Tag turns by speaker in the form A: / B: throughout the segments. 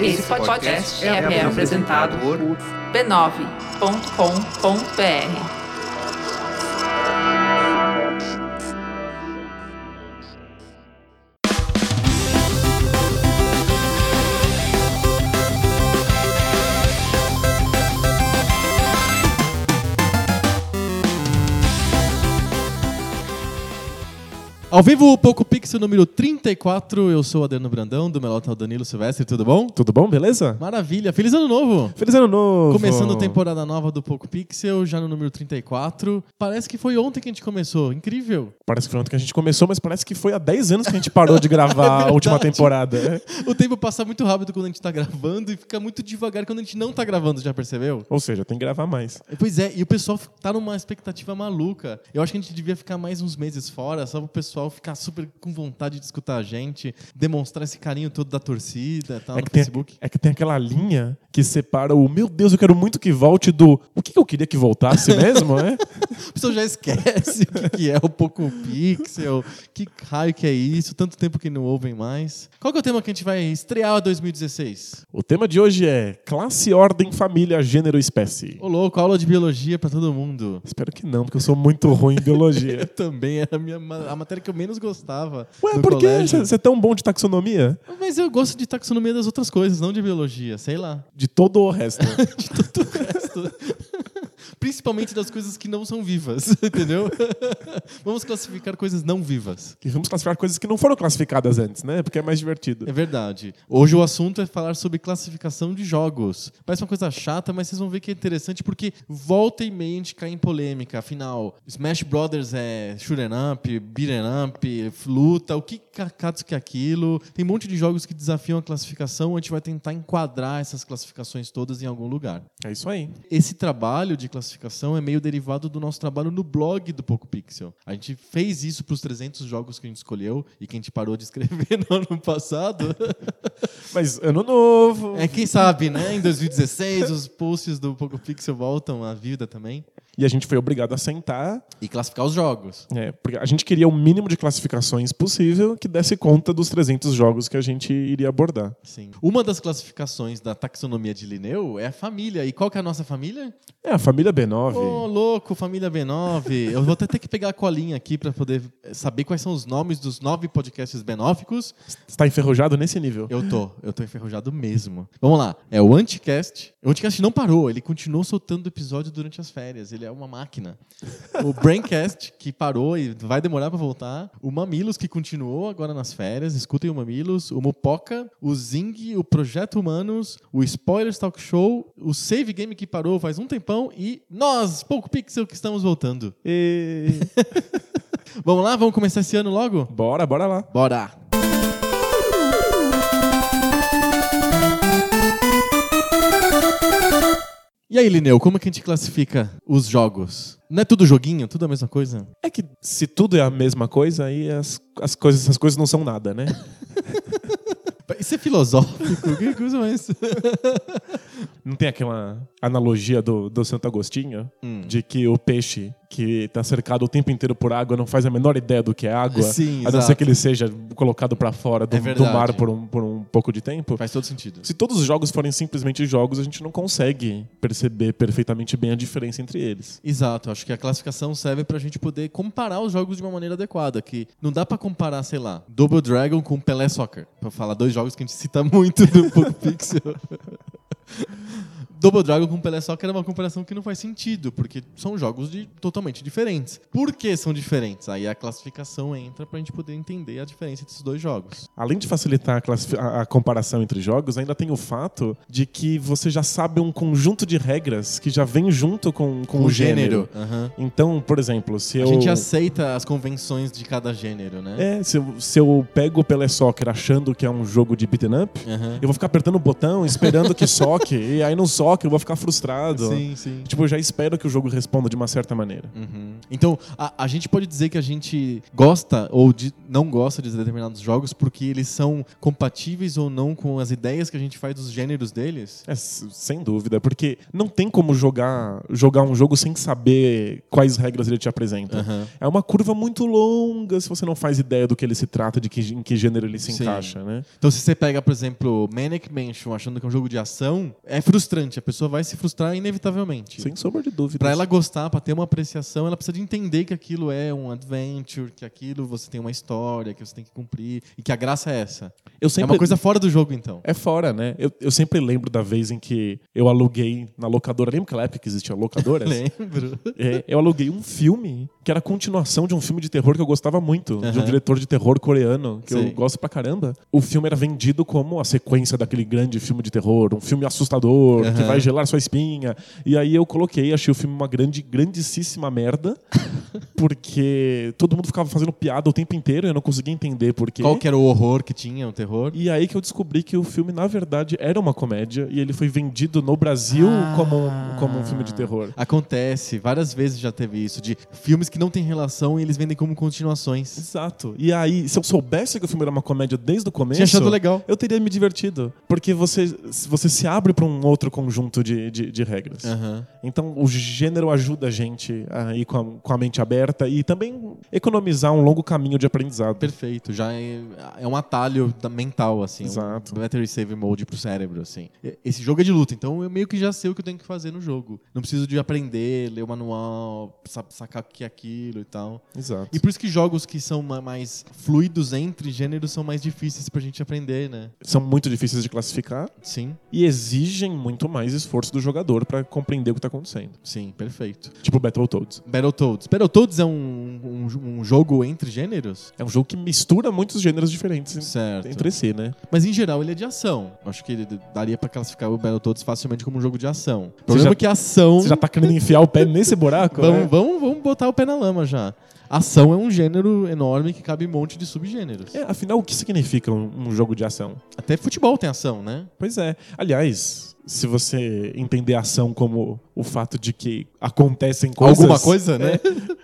A: Esse podcast é, apresentado por b9.com.br.
B: Ao vivo, o Poco Pixel número 34. Eu sou o Adriano Brandão, do Melota ao Danilo Silvestre, tudo bom?
C: Tudo bom, beleza?
B: Maravilha, feliz ano novo!
C: Feliz ano novo!
B: Começando a temporada nova do Poco Pixel, já no número 34. Parece que foi ontem que a gente começou, incrível!
C: Parece que foi ontem que a gente começou, mas parece que foi há 10 anos que a gente parou de gravar
B: É
C: a última temporada. né?
B: O tempo passa muito rápido quando a gente tá gravando e fica muito devagar quando a gente não tá gravando, já percebeu?
C: Ou seja, tem que gravar mais.
B: Pois é, e o pessoal fi- tá numa expectativa maluca. Eu acho que a gente devia ficar mais uns meses fora, só pro pessoal ficar super com vontade de escutar a gente, demonstrar esse carinho todo da torcida e tal, Tá
C: É
B: no
C: que, tem,
B: Facebook.
C: é que tem aquela linha que separa o meu Deus, eu quero muito que volte do o que que eu queria que voltasse mesmo, né?
B: A pessoa já esquece o que, que é o Poco Pixel, que raio que é isso, tanto tempo que não ouvem mais. Qual que é o tema que a gente vai estrear 2016?
C: O tema de hoje é classe, ordem, família, gênero, espécie.
B: Ô louco, aula de biologia pra todo mundo.
C: Espero que não, porque eu sou muito ruim em biologia.
B: Eu também, era a, minha, ma- a matéria que eu menos gostava.
C: Ué,
B: no
C: por que
B: colégio.
C: você é tão bom de taxonomia?
B: Mas eu gosto de taxonomia das outras coisas, não de biologia, sei lá.
C: De todo o resto.
B: De todo o resto. Principalmente das coisas que não são vivas, entendeu? Vamos classificar coisas não vivas.
C: E vamos classificar coisas que não foram classificadas antes, né? Porque é mais divertido.
B: É verdade. Hoje o assunto é falar sobre classificação de jogos. Parece uma coisa chata, mas vocês vão ver que é interessante porque volta e meia a gente cai em polêmica. Afinal, Smash Brothers é shooter up, beat'em up, luta, o que cacatos que é aquilo. Tem um monte de jogos que desafiam a classificação. A gente vai tentar enquadrar essas classificações todas em algum lugar.
C: É isso aí.
B: Esse trabalho de classificação é meio derivado do nosso trabalho no blog do Poco Pixel. A gente fez isso para os 300 jogos que a gente escolheu e que a gente parou de escrever no ano passado.
C: Mas ano novo.
B: É, quem sabe, né? Em 2016, os posts do Poco Pixel voltam à vida também.
C: E a gente foi obrigado a sentar,
B: E classificar os jogos.
C: né, porque a gente queria o mínimo de classificações possível que desse conta dos 300 jogos que a gente iria abordar.
B: Sim. Uma das classificações da taxonomia de Linneu é a família. E qual que é a nossa família?
C: É, a família
B: Ô,
C: B9.
B: louco, família B9. Eu vou até ter que pegar a colinha aqui para poder eh, saber quais são os nomes dos nove podcasts benóficos.
C: Você tá enferrujado nesse nível.
B: Eu tô, eu tô enferrujado mesmo. Vamos lá, é o Anticast. O Anticast não parou, ele continuou soltando episódio durante as férias, ele é uma máquina. O Braincast, que parou e vai demorar pra voltar. O Mamilos, que continuou agora nas férias, escutem o Mamilos. O Mupoca, o Zing, o Projeto Humanos, o Spoilers Talk Show, o Save Game, que parou faz um tempão, e nós, Pouco Pixel, que estamos voltando.
C: E...
B: Vamos lá, vamos começar esse ano logo?
C: bora, bora lá.
B: Bora! E aí, Lineu, como é que a gente classifica os jogos? Não é tudo joguinho? Tudo a mesma coisa?
C: É que se tudo é a mesma coisa, aí as, as coisas, essas coisas não são nada, né?
B: Isso é filosófico? que coisa mais?
C: Não tem aquela analogia do, do Santo Agostinho
B: Hum.
C: de que o peixe que tá cercado o tempo inteiro por água não faz a menor ideia do que é água,
B: Sim,
C: a não
B: exato.
C: ser que ele seja colocado pra fora do,
B: É
C: do
B: verdade.
C: mar por um, por um pouco de tempo.
B: Faz todo sentido.
C: Se todos os jogos forem simplesmente jogos, a gente não consegue perceber perfeitamente bem a diferença entre eles.
B: Exato, acho que a classificação serve pra gente poder comparar os jogos de uma maneira adequada, que não dá pra comparar, sei lá, Double Dragon com Pelé Soccer, Pra falar dois jogos que a gente cita muito do Poco Pixel. Double Dragon com Pelé Soccer é uma comparação que não faz sentido, porque são jogos de- totalmente diferentes. Por que são diferentes? Aí a classificação entra pra gente poder entender a diferença desses dois jogos.
C: Além de facilitar a, classifi- a- a comparação entre jogos, ainda tem o fato de que você já sabe um conjunto de regras que já vem junto com, com o gênero.
B: Aham.
C: Então, por exemplo, se
B: A
C: eu.
B: gente aceita as convenções de cada gênero, né?
C: É, se eu, se eu pego o Pelé Soccer achando que é um jogo de beaten up,
B: Aham.
C: eu vou ficar apertando o botão esperando que soque, e aí não choque, eu vou ficar frustrado.
B: Sim, sim.
C: Tipo, eu já espero que o jogo responda de uma certa maneira.
B: Uhum. Então, a, a gente pode dizer que a gente gosta ou de- não gosta de determinados jogos porque eles são compatíveis ou não com as ideias que a gente faz dos gêneros deles?
C: É, s- sem dúvida, porque não tem como jogar, jogar um jogo sem saber quais regras ele te apresenta.
B: Aham.
C: É uma curva muito longa se você não faz ideia do que ele se trata, de que, em que gênero ele se
B: Sim.
C: encaixa, né?
B: Então, se você pega, por exemplo, Manic Mansion achando que é um jogo de ação, é frustrante. A pessoa vai se frustrar inevitavelmente.
C: Sem sombra de dúvida.
B: Pra ela gostar, pra ter uma apreciação, ela precisa de entender que aquilo é um adventure, que aquilo você tem uma história, que você tem que cumprir, e que a graça é essa.
C: eu sempre
B: É uma coisa fora do jogo, então.
C: É fora, né? Eu, eu sempre lembro da vez em que eu aluguei na locadora. Lembra aquela época que existia locadoras?
B: Lembro.
C: É, eu aluguei um filme que era a continuação de um filme de terror que eu gostava muito, de um
B: Aham.
C: diretor de terror coreano, que
B: Sei.
C: eu gosto pra caramba. O filme era vendido como a sequência daquele grande filme de terror, um filme assustador, que
B: Aham.
C: vai gelar sua espinha. E aí eu coloquei, achei o filme uma grande, grandíssima merda, porque todo mundo ficava fazendo piada o tempo inteiro e eu não conseguia entender porque.
B: Qual que era o horror que tinha, o terror?
C: E aí que eu descobri que o filme, na verdade, era uma comédia e ele foi vendido no Brasil
B: Ah.
C: como, um, como um filme de terror.
B: Acontece, várias vezes já teve isso, de filmes que não têm relação e eles vendem como continuações.
C: Exato. E aí, se eu soubesse que o filme era uma comédia desde o começo,
B: Tinha achado legal.
C: eu teria me divertido. Porque você, você se abre para um outro conjunto de, de, de regras.
B: Aham.
C: Então, o gênero ajuda a gente a ir com a, com a mente aberta e também economizar um longo caminho de aprendizado.
B: Perfeito, já é, é um atalho da- mental, assim.
C: Exato.
B: Um battery save mode pro cérebro, assim. E- Esse jogo é de luta, então eu meio que já sei o que eu tenho que fazer no jogo. Não preciso de aprender, ler o manual, sa- sacar o que é aquilo e tal.
C: Exato.
B: E por isso que jogos que são ma- mais fluidos entre gêneros são mais difíceis pra gente aprender, né?
C: São muito difíceis de classificar
B: Sim,
C: e exigem muito mais esforço do jogador para compreender o que tá acontecendo.
B: sim, perfeito.
C: Tipo Battletoads.
B: Battletoads. Battletoads é um, um, um jogo entre gêneros?
C: É um jogo que mistura muitos gêneros diferentes en-
B: Certo.
C: entre si, né?
B: Mas em geral ele é de ação. Acho que ele daria pra classificar o Battletoads facilmente como um jogo de ação. O
C: já-
B: problema é que a ação.
C: Você já tá querendo enfiar o pé nesse buraco? né?
B: Vamos, vamos, vamos botar o pé na lama já. Ação é um gênero enorme que cabe um monte de subgêneros.
C: É, afinal, o que significa um, um jogo de ação?
B: Até futebol tem ação, né?
C: Pois é. Aliás, se você entender a ação como o fato de que acontecem coisas.
B: Alguma coisa, né?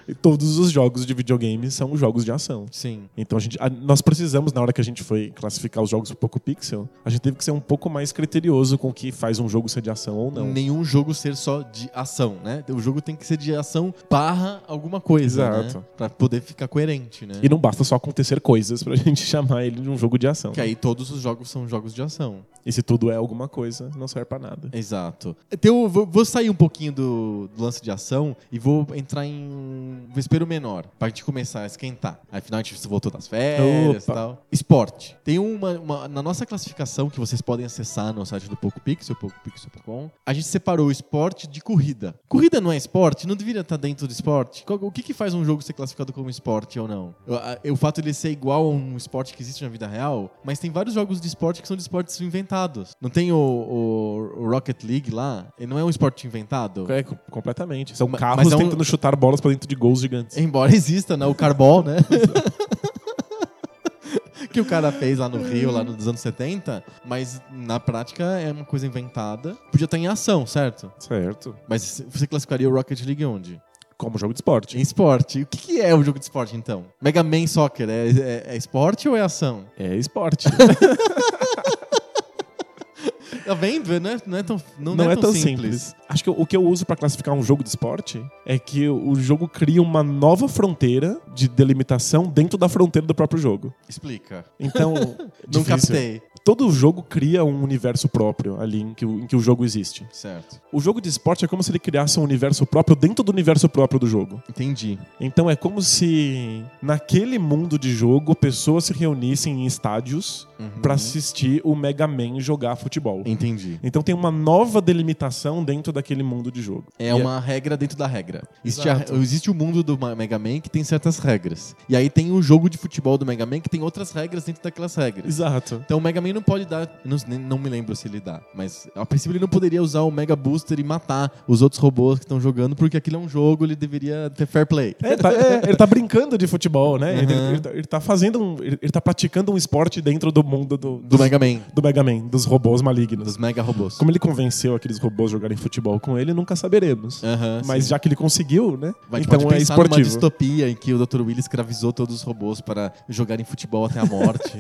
C: É, todos os jogos de videogame são jogos de ação.
B: Sim.
C: Então a gente, a- nós precisamos, na hora que a gente foi classificar os jogos por pouco pixel, a gente teve que ser um pouco mais criterioso com o que faz um jogo ser de ação ou não.
B: Nenhum jogo ser só de ação, né? O jogo tem que ser de ação barra alguma coisa,
C: Exato.
B: né? Pra poder ficar coerente, né?
C: E não basta só acontecer coisas pra gente chamar ele de um jogo de ação.
B: Porque aí todos os jogos são jogos de ação.
C: E se tudo é alguma coisa, não serve pra nada.
B: Exato. Então, eu vou, vou sair um pouquinho do, do lance de ação e vou entrar em um vespero menor, pra gente começar a esquentar. Afinal, a gente voltou das férias e
C: Opa.
B: tal. Esporte. Tem uma, uma- Na nossa classificação, que vocês podem acessar no site do Poco Pixel, PocoPixel.com, a gente separou o esporte de corrida. Corrida não é esporte? Não deveria estar dentro do esporte? Qual- O que, que faz um jogo ser classificado como esporte ou não? O, a- o fato de ele ser igual a um esporte que existe na vida real, mas tem vários jogos de esporte que são de esportes inventados. Não tem o, o- o Rocket League lá? Ele não é um esporte inventado?
C: É, com- completamente. São
B: Ma-
C: carros
B: mas é um-
C: tentando chutar bolas pra dentro de gols gigantes.
B: Embora exista, né? O Carbol, né? que o cara fez lá no Rio, lá nos anos 70, mas na prática é uma coisa inventada. Podia estar em ação, certo?
C: Certo.
B: Mas você classificaria o Rocket League onde?
C: Como jogo de esporte.
B: Em esporte. O que, que é o jogo de esporte, então? Mega Man Soccer é, é- é esporte ou é ação?
C: É esporte.
B: Tá vendo? Não é, não é tão, não
C: Não,
B: é tão simples.
C: Acho que o que eu uso pra classificar um jogo de esporte é que o jogo cria uma nova fronteira de delimitação dentro da fronteira do próprio jogo.
B: Explica.
C: Então,
B: Não
C: difícil.
B: captei.
C: Todo jogo cria um universo próprio ali em que, o- em que o jogo existe.
B: Certo.
C: O jogo de esporte é como se ele criasse um universo próprio dentro do universo próprio do jogo.
B: Entendi.
C: Então é como se naquele mundo de jogo pessoas se reunissem em estádios
B: Uhum.
C: pra assistir o Mega Man jogar futebol.
B: Entendi.
C: Então tem uma nova delimitação dentro daquele mundo de jogo.
B: É
C: E
B: uma regra dentro da regra. Existe, a-
C: Exato.
B: existe o mundo do Ma- Mega Man que tem certas regras. E aí tem o jogo de futebol do Mega Man que tem outras regras dentro daquelas regras.
C: Exato.
B: Então o Mega Man não pode dar. Não, nem- não me lembro se ele dá, mas a princípio ele não poderia usar o Mega Booster e matar os outros robôs que estão jogando, porque aquilo é um jogo, ele deveria ter fair play.
C: É, tá- é, ele tá brincando de futebol, né? Ele,
B: Uhum.
C: ele tá- ele tá fazendo um. Ele, ele tá praticando um esporte dentro do mundo do,
B: Do
C: dos-
B: Mega Man,
C: do Mega Man, dos robôs malignos.
B: dos Mega Robôs.
C: Como ele convenceu aqueles robôs a jogarem futebol com ele, nunca saberemos.
B: Aham,
C: Mas
B: sim.
C: já que ele conseguiu, né?
B: Vai,
C: então
B: pode
C: é
B: pensar numa
C: esportivo.
B: distopia em que o Dr. Willis escravizou todos os robôs para jogarem futebol até a morte.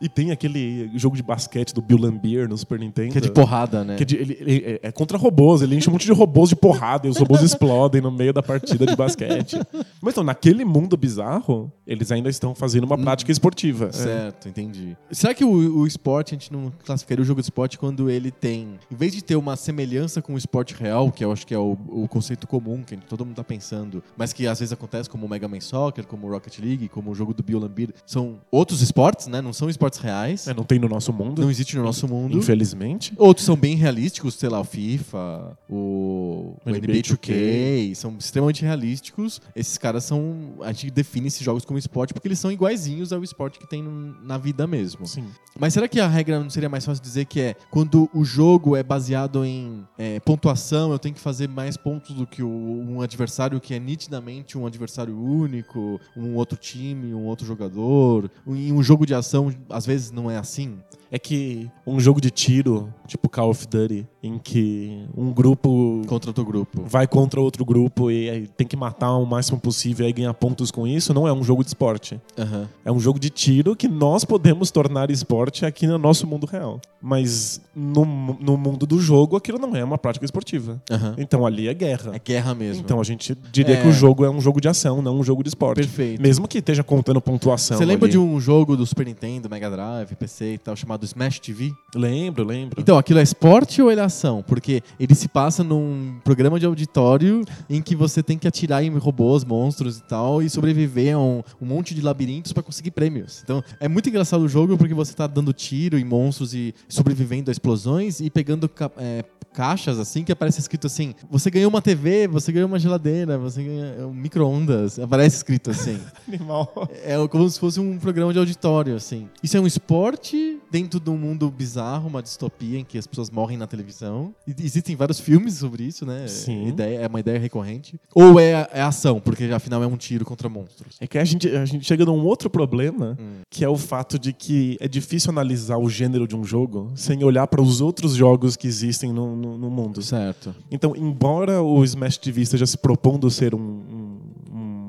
C: E tem aquele jogo de basquete do Bill Lambier no Super Nintendo.
B: que é de porrada, né?
C: que é de- ele, ele- é- é contra robôs, ele enche um monte de robôs de porrada e os robôs explodem no meio da partida de basquete. Mas então, naquele mundo bizarro, eles ainda estão fazendo
B: Hum.
C: uma prática esportiva.
B: Certo, entendi. É. Será que o, o esporte, a gente não classificaria o jogo de esporte quando ele tem, em vez de ter uma semelhança com o esporte real, que eu acho que é o, o conceito comum que a gente- todo mundo tá pensando, mas que às vezes acontece como o Mega Man Soccer, como o Rocket League, como o jogo do Bill Lambir, são outros esportes, né? Não são esportes reais,
C: É, é, não tem no nosso mundo,
B: não existe no nosso mundo.
C: infelizmente.
B: Outros são bem realísticos, sei lá, o FIFA, o, o NBA 2K, são extremamente realísticos. Esses caras são. A gente define esses jogos como esporte porque eles são iguaizinhos ao esporte que tem no- na vida mesmo.
C: Sim.
B: Mas será que a regra não seria mais fácil dizer que é quando o jogo é baseado em é, pontuação, eu tenho que fazer mais pontos do que o- um adversário que é nitidamente um adversário único, um outro time, um outro jogador? Em um jogo de ação, às vezes não é assim?
C: É que um jogo de tiro, tipo Call of Duty, em que um grupo
B: Contra outro grupo.
C: vai contra outro grupo e aí tem que matar o máximo possível e aí ganhar pontos com isso, não é um jogo de esporte.
B: Aham.
C: É um jogo de tiro que nós podemos tornar esporte aqui no nosso mundo real. Mas no, mu- no mundo do jogo, aquilo não é uma prática esportiva.
B: Aham.
C: Então ali é guerra.
B: É guerra mesmo.
C: Então a gente diria
B: É.
C: que o jogo é um jogo de ação, não um jogo de esporte.
B: Perfeito.
C: Mesmo que esteja contando pontuação.
B: Você lembra
C: Então, ali.
B: de um jogo do Super Nintendo, Mega Drive, PC e tal, chamado Smash TV?
C: Lembro, lembro.
B: Então, aquilo é esporte ou ele é ação? Porque ele se passa num programa de auditório em que você tem que atirar em robôs, monstros e tal, e sobreviver a um, um monte de labirintos pra conseguir prêmios. Então, é muito engraçado o jogo porque você tá dando tiro em monstros e sobrevivendo a explosões e pegando ca- é, caixas assim que aparece escrito assim: você ganhou uma TV, você ganhou uma geladeira, você ganhou um micro-ondas. Aparece escrito assim.
C: Animal.
B: É como se fosse um programa de auditório, assim. Isso é um esporte dentro de um mundo bizarro, uma distopia em que as pessoas morrem na televisão. E- Existem vários filmes sobre isso, né?
C: Sim.
B: Ideia- é uma ideia recorrente. Ou é, é ação, porque afinal é um tiro contra monstros.
C: É que a gente, a gente chega num outro problema,
B: Hum.
C: que é o fato de que é difícil analisar o gênero de um jogo sem olhar para os outros jogos que existem no, no, no mundo.
B: Certo.
C: Então, embora o Smash TV esteja se propondo ser um, um-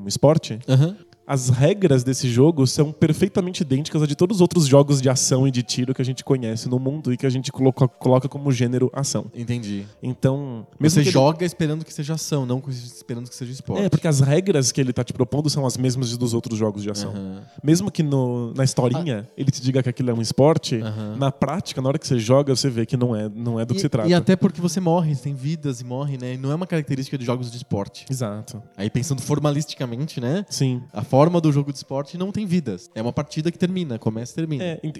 C: um esporte,
B: Aham.
C: as regras desse jogo são perfeitamente idênticas à de todos os outros jogos de ação e de tiro que a gente conhece no mundo e que a gente coloca, coloca como gênero ação.
B: Entendi.
C: Então,
B: Você
C: que ele-
B: joga esperando que seja ação, não esperando que seja esporte.
C: É, porque as regras que ele tá te propondo são as mesmas dos outros jogos de ação.
B: Aham. Ah.
C: Mesmo que no- na historinha ele te diga que aquilo é um esporte,
B: Aham.
C: na prática, na hora que você joga, você vê que não é, não é do
B: E-
C: que se trata.
B: E até porque você morre, você tem vidas e morre, né? E Não é uma característica de jogos de esporte.
C: Exato.
B: Aí pensando formalisticamente, né?
C: Sim.
B: A forma do jogo de esporte não tem vidas. É uma partida que termina, começa e termina.
C: É, em,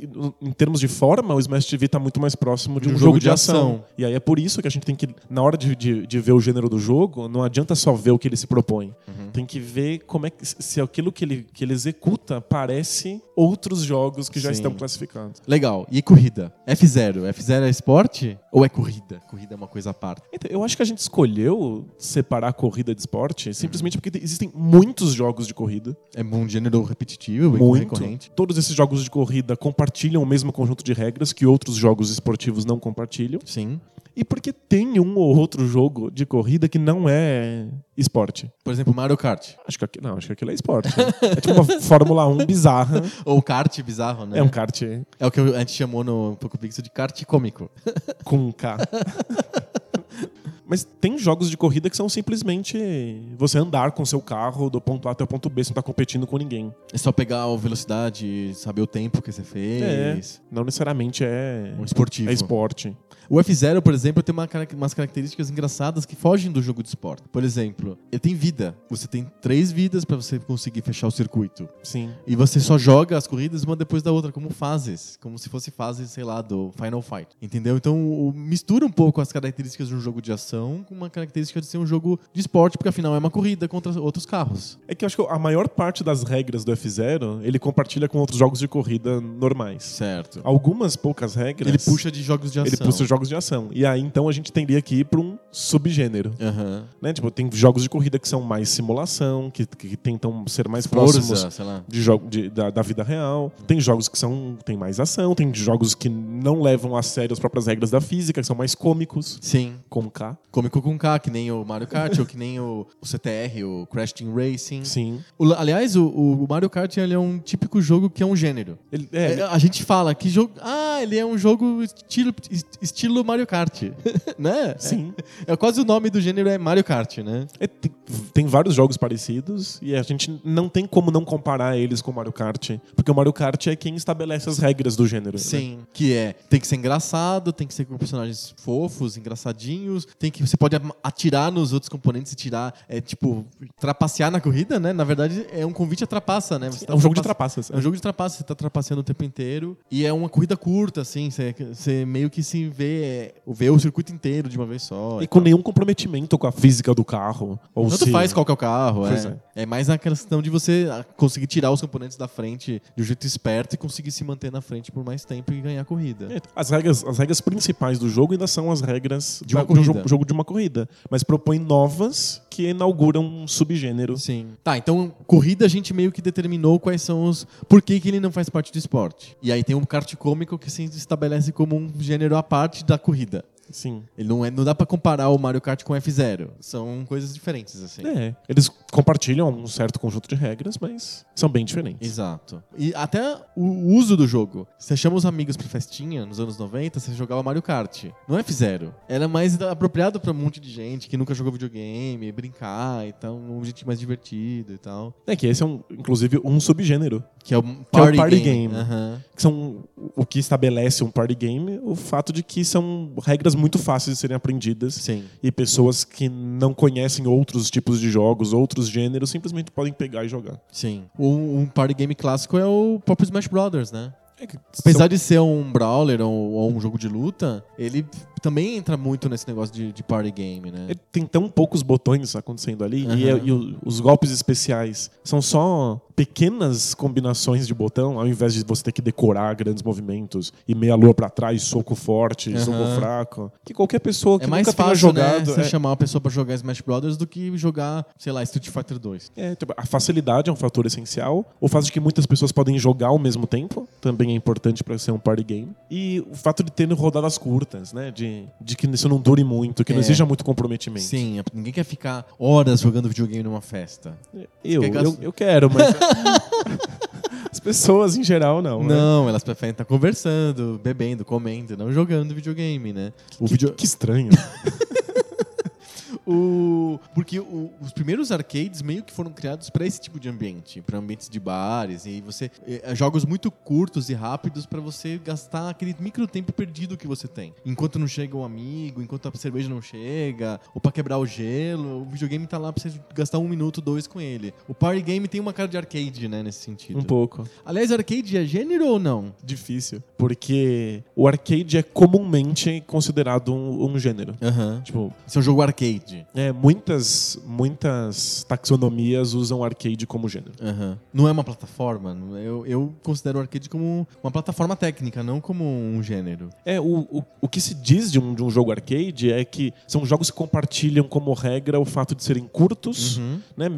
C: em termos de forma, o Smash TV tá muito mais próximo de um, jogo, de ação. E aí é por isso que a gente tem que, na hora de, de- de ver o gênero do jogo, não adianta só ver o que ele se propõe. Tem que ver como é que, se aquilo que ele, que ele executa parece outros jogos que já
B: Sim.
C: estão classificados.
B: Legal. E corrida? F0. F0 é esporte ou é corrida? Corrida é uma coisa à parte.
C: Então, eu acho que a gente escolheu separar a corrida de esporte simplesmente porque existem muitos jogos de corrida.
B: É um gênero repetitivo e
C: Muito.
B: recorrente.
C: Todos esses jogos de corrida compartilham o mesmo conjunto de regras que outros jogos esportivos não compartilham.
B: Sim.
C: E porque tem um ou outro jogo de corrida que não é esporte.
B: Por exemplo, Mario Kart.
C: Acho que aqui, não, acho que aquilo é esporte. né? É tipo uma Fórmula 1 bizarra.
B: Ou kart bizarro, né?
C: É um kart
B: É o que a gente chamou no Poco Pixel de kart cômico.
C: com um K. Mas tem jogos de corrida que são simplesmente você andar com seu carro do ponto A até o ponto B, você não tá competindo com ninguém.
B: É só pegar a velocidade, saber o tempo que você fez.
C: É, Não necessariamente é,
B: Um esportivo.
C: é esporte.
B: O F0, por exemplo, tem uma cara- umas características engraçadas que fogem do jogo de esporte. Por exemplo, ele tem vida. Você tem três vidas pra você conseguir fechar o circuito.
C: Sim.
B: E você só joga as corridas uma depois da outra, como fases. Como se fosse fases, sei lá, do Final Fight. Entendeu? Então o- mistura um pouco as características de um jogo de ação não com uma característica de ser um jogo de esporte, porque afinal é uma corrida contra outros carros.
C: É que eu acho que a maior parte das regras do F0 ele compartilha com outros jogos de corrida normais.
B: Certo.
C: Algumas poucas regras.
B: Ele puxa de jogos de ação.
C: Ele puxa os jogos de ação. E aí então a gente teria que ir para um subgênero.
B: Aham.
C: Né? Tipo, tem jogos de corrida que são mais simulação, que, que tentam ser mais
B: Forza,
C: próximos
B: sei lá.
C: de jogo de- da, da vida real. Tem jogos que são tem mais ação, tem jogos que não levam a sério as próprias regras da física, que são mais cômicos,
B: Sim.
C: como K.
B: Cômico com K, que nem o Mario Kart, ou que nem o, o CTR, o Crash Team Racing.
C: Sim.
B: O- aliás, o, o Mario Kart ele é um típico jogo que é um gênero.
C: Ele, é,
B: É, a gente fala que jogo. Ah, ele é um jogo estilo, est- estilo Mario Kart. né?
C: sim.
B: É, é quase o nome do gênero é Mario Kart, né?
C: É, tem, tem vários jogos parecidos e a gente não tem como não comparar eles com o Mario Kart, porque o Mario Kart é quem estabelece as regras do gênero. né?
B: Sim. Que é, tem que ser engraçado, tem que ser com personagens fofos, engraçadinhos, tem que. Você pode am- atirar nos outros componentes e tirar, é tipo, trapacear na corrida, né? Na verdade, é um convite à trapaça, né? Você tá
C: É um jogo de
B: trapace-
C: trapaças.
B: É um jogo de trapaça, você tá trapaceando o tempo inteiro. E é uma corrida curta, assim, você, você meio que se vê, vê o circuito inteiro de uma vez só.
C: E com nenhum comprometimento com a física do carro. Ou
B: Tanto
C: se-
B: faz qual que é o carro,
C: Pois
B: é. é. mais a questão de você ah, conseguir tirar os componentes da frente de um jeito esperto e conseguir se manter na frente por mais tempo e ganhar a corrida.
C: É, As regras, as regras principais do jogo ainda são as regras
B: De uma
C: um
B: corrida.
C: jogo, jogo de uma corrida, mas propõe novas que inauguram um subgênero.
B: Sim. Tá, então corrida a gente meio que determinou quais são os. Por que, que ele não faz parte do esporte. E aí tem um kart cômico que se estabelece como um gênero à parte da corrida.
C: Sim.
B: Ele não, é, não dá pra comparar o Mario Kart com o F0. São coisas diferentes, assim.
C: É, eles compartilham um certo conjunto de regras, mas são bem diferentes.
B: Exato. E até o uso do jogo. Você chama os amigos pra festinha nos anos 90, você jogava Mario Kart. Não F0. Era mais apropriado pra um monte de gente que nunca jogou videogame, brincar e tal, um jeito mais divertido e tal.
C: É que esse é, um, inclusive, um subgênero.
B: Que é o
C: é o
B: Party,
C: party
B: Game.
C: game.
B: Aham.
C: que são o que estabelece um party game, o fato de que são regras muito fáceis de serem aprendidas.
B: Sim.
C: E pessoas que não conhecem outros tipos de jogos, outros gêneros, simplesmente podem pegar e jogar.
B: Sim. Um, um party game clássico é o próprio Smash Brothers, né?
C: É que
B: Apesar de ser um brawler ou, ou um jogo de luta, ele também entra muito nesse negócio de, de party game, né?
C: são- é tem tão poucos botões acontecendo ali, e,
B: Aham.
C: e o- os golpes especiais são só pequenas combinações de botão, ao invés de você ter que decorar grandes movimentos e meia lua pra trás, soco forte, soco
B: Aham.
C: fraco. Que qualquer pessoa que
B: É mais
C: nunca tenha
B: fácil
C: jogado.
B: né, você
C: é-
B: chamar uma pessoa pra jogar Smash Brothers do que jogar, sei lá, Street Fighter 2.
C: É, tipo, a facilidade é um fator essencial. O fato de que muitas pessoas podem jogar ao mesmo tempo também é importante pra ser um party game. E o fato de ter rodadas curtas, né? De, de que isso não dure muito, que
B: É.
C: não exija muito comprometimento.
B: Sim, ninguém quer ficar horas jogando videogame numa festa.
C: Eu,
B: Quer gastar-
C: eu, eu quero, mas. As pessoas em geral não. né?
B: Não, elas preferem estar conversando, bebendo, comendo, não jogando videogame, né? O
C: Que,
B: video-
C: que é estranho.
B: o- Porque o- os primeiros arcades meio que foram criados pra esse tipo de ambiente, pra ambientes de bares, e você. eh, jogos muito curtos e rápidos pra você gastar aquele micro tempo perdido que você tem. Enquanto não chega um amigo, enquanto a cerveja não chega, ou pra quebrar o gelo, o videogame tá lá pra você gastar um minuto, dois com ele. O Party Game tem uma cara de arcade, né, nesse sentido.
C: um pouco.
B: Aliás, arcade é gênero ou não?
C: Difícil. Porque o arcade é comumente considerado um, um gênero.
B: Aham.
C: Tipo,
B: Esse é um jogo arcade.
C: é, muitas, muitas taxonomias usam arcade como gênero.
B: Aham. Não é uma plataforma. não- é? Eu, eu considero o arcade como uma plataforma técnica, não como um gênero.
C: É, o, o, o que se diz de um, de um jogo arcade é que são jogos que compartilham como regra o fato de serem curtos,
B: Uhum.
C: né,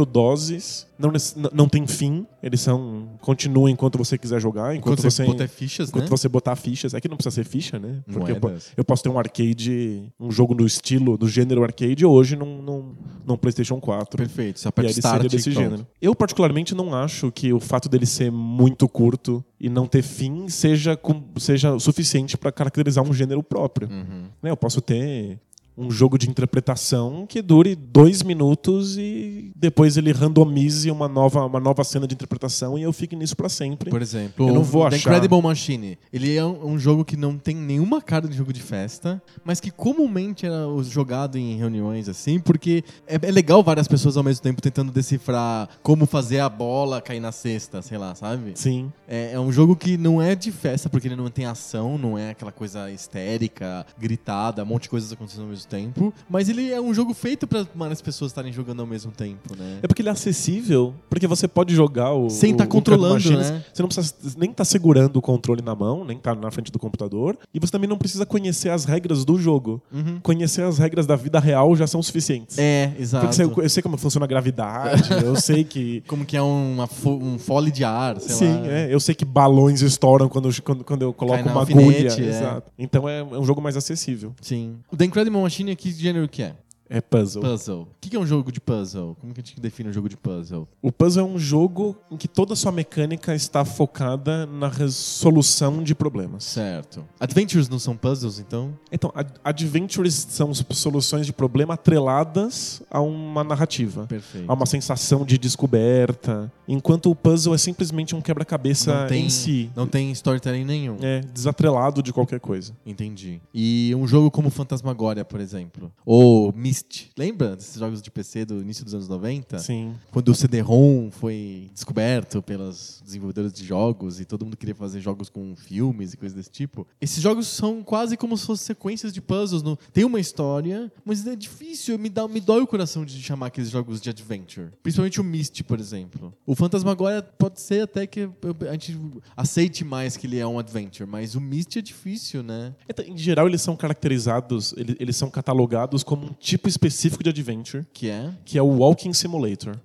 C: microdoses, não, nece- n- não tem fim, eles são continuam enquanto você quiser jogar, enquanto,
B: Enquanto
C: você,
B: você botar fichas,
C: enquanto
B: né? é,
C: você botar fichas. É que não precisa ser ficha, né? Porque eu, po-
B: Moedas.
C: eu posso ter um arcade, um jogo do estilo, do gênero arcade hoje num, num, num PlayStation 4.
B: Perfeito. Você
C: E aí
B: aperta
C: ele
B: start
C: seria
B: e
C: desse
B: pronto.
C: gênero. Eu, particularmente, não acho que o fato dele ser muito curto e não ter fim seja, com- seja o suficiente para caracterizar um gênero próprio.
B: Uhum.
C: Né, Eu posso ter um jogo de interpretação que dure dois minutos e depois ele randomize uma nova, uma nova cena de interpretação e eu fique nisso para sempre.
B: Por exemplo,
C: Eu não vou
B: o The
C: achar.
B: Incredible Machine. Ele é um, um jogo que não tem nenhuma cara de jogo de festa, mas que comumente era os- jogado em reuniões assim, porque é, é legal várias pessoas ao mesmo tempo tentando decifrar como fazer a bola cair na cesta, sei lá, sabe?
C: Sim.
B: É, é um jogo que não é de festa, porque ele não tem ação, não é aquela coisa histérica, gritada, um monte de coisas acontecendo ao mesmo muito tempo, mas ele é um jogo feito pra várias pessoas estarem jogando ao mesmo tempo, né?
C: É porque ele é acessível, porque você pode jogar o.
B: Sem tá
C: o- o
B: controlando,
C: Card Machines.
B: né?
C: Você não precisa nem estar segurando o controle na mão, nem estar na frente do computador. E você também não precisa conhecer as regras do jogo. Conhecer as regras da vida real já são suficientes.
B: Uhum. É, exato.
C: Porque você- eu sei como funciona a gravidade, eu sei que.
B: Como que é uma fo- um fole de ar, sei
C: Sim,
B: lá. né?
C: é, eu sei que balões estouram quando, eu- quando, quando eu coloco
B: na
C: uma
B: alfinete,
C: agulha.
B: é.
C: Exato. Então é, é um jogo mais acessível.
B: Sim. O The Incredible Machine, que gênero que é?
C: É puzzle.
B: Puzzle. O que que é um jogo de puzzle? Como que a gente define um jogo de puzzle?
C: O puzzle é um jogo em que toda a sua mecânica está focada na resolução de problemas.
B: Certo. Adventures não são puzzles, então?
C: Então, ad- adventures são s- soluções de problema atreladas a uma narrativa.
B: Perfeito.
C: A uma sensação de descoberta. Enquanto o puzzle é simplesmente um quebra-cabeça em si.
B: Não tem storytelling nenhum.
C: É, desatrelado de qualquer coisa.
B: Entendi. E um jogo como Fantasmagoria, por exemplo. Ou Myst. Lembra desses jogos de PC do início dos anos 90?
C: Sim.
B: Quando o CD-ROM foi descoberto pelas desenvolvedoras de jogos e todo mundo queria fazer jogos com filmes e coisas desse tipo. Esses jogos são quase como se fossem sequências de puzzles. No... Tem uma história, mas é difícil. Me, dá, me dói o coração de chamar aqueles jogos de adventure. Principalmente o Myst, por exemplo. O Fantasmagoria pode ser até que eu- a gente aceite mais que ele é um adventure, mas o Myst é difícil, né?
C: Então, em geral, eles são caracterizados, ele- eles, são catalogados como um tipo específico de adventure,
B: Que é?
C: que é o Walking Simulator.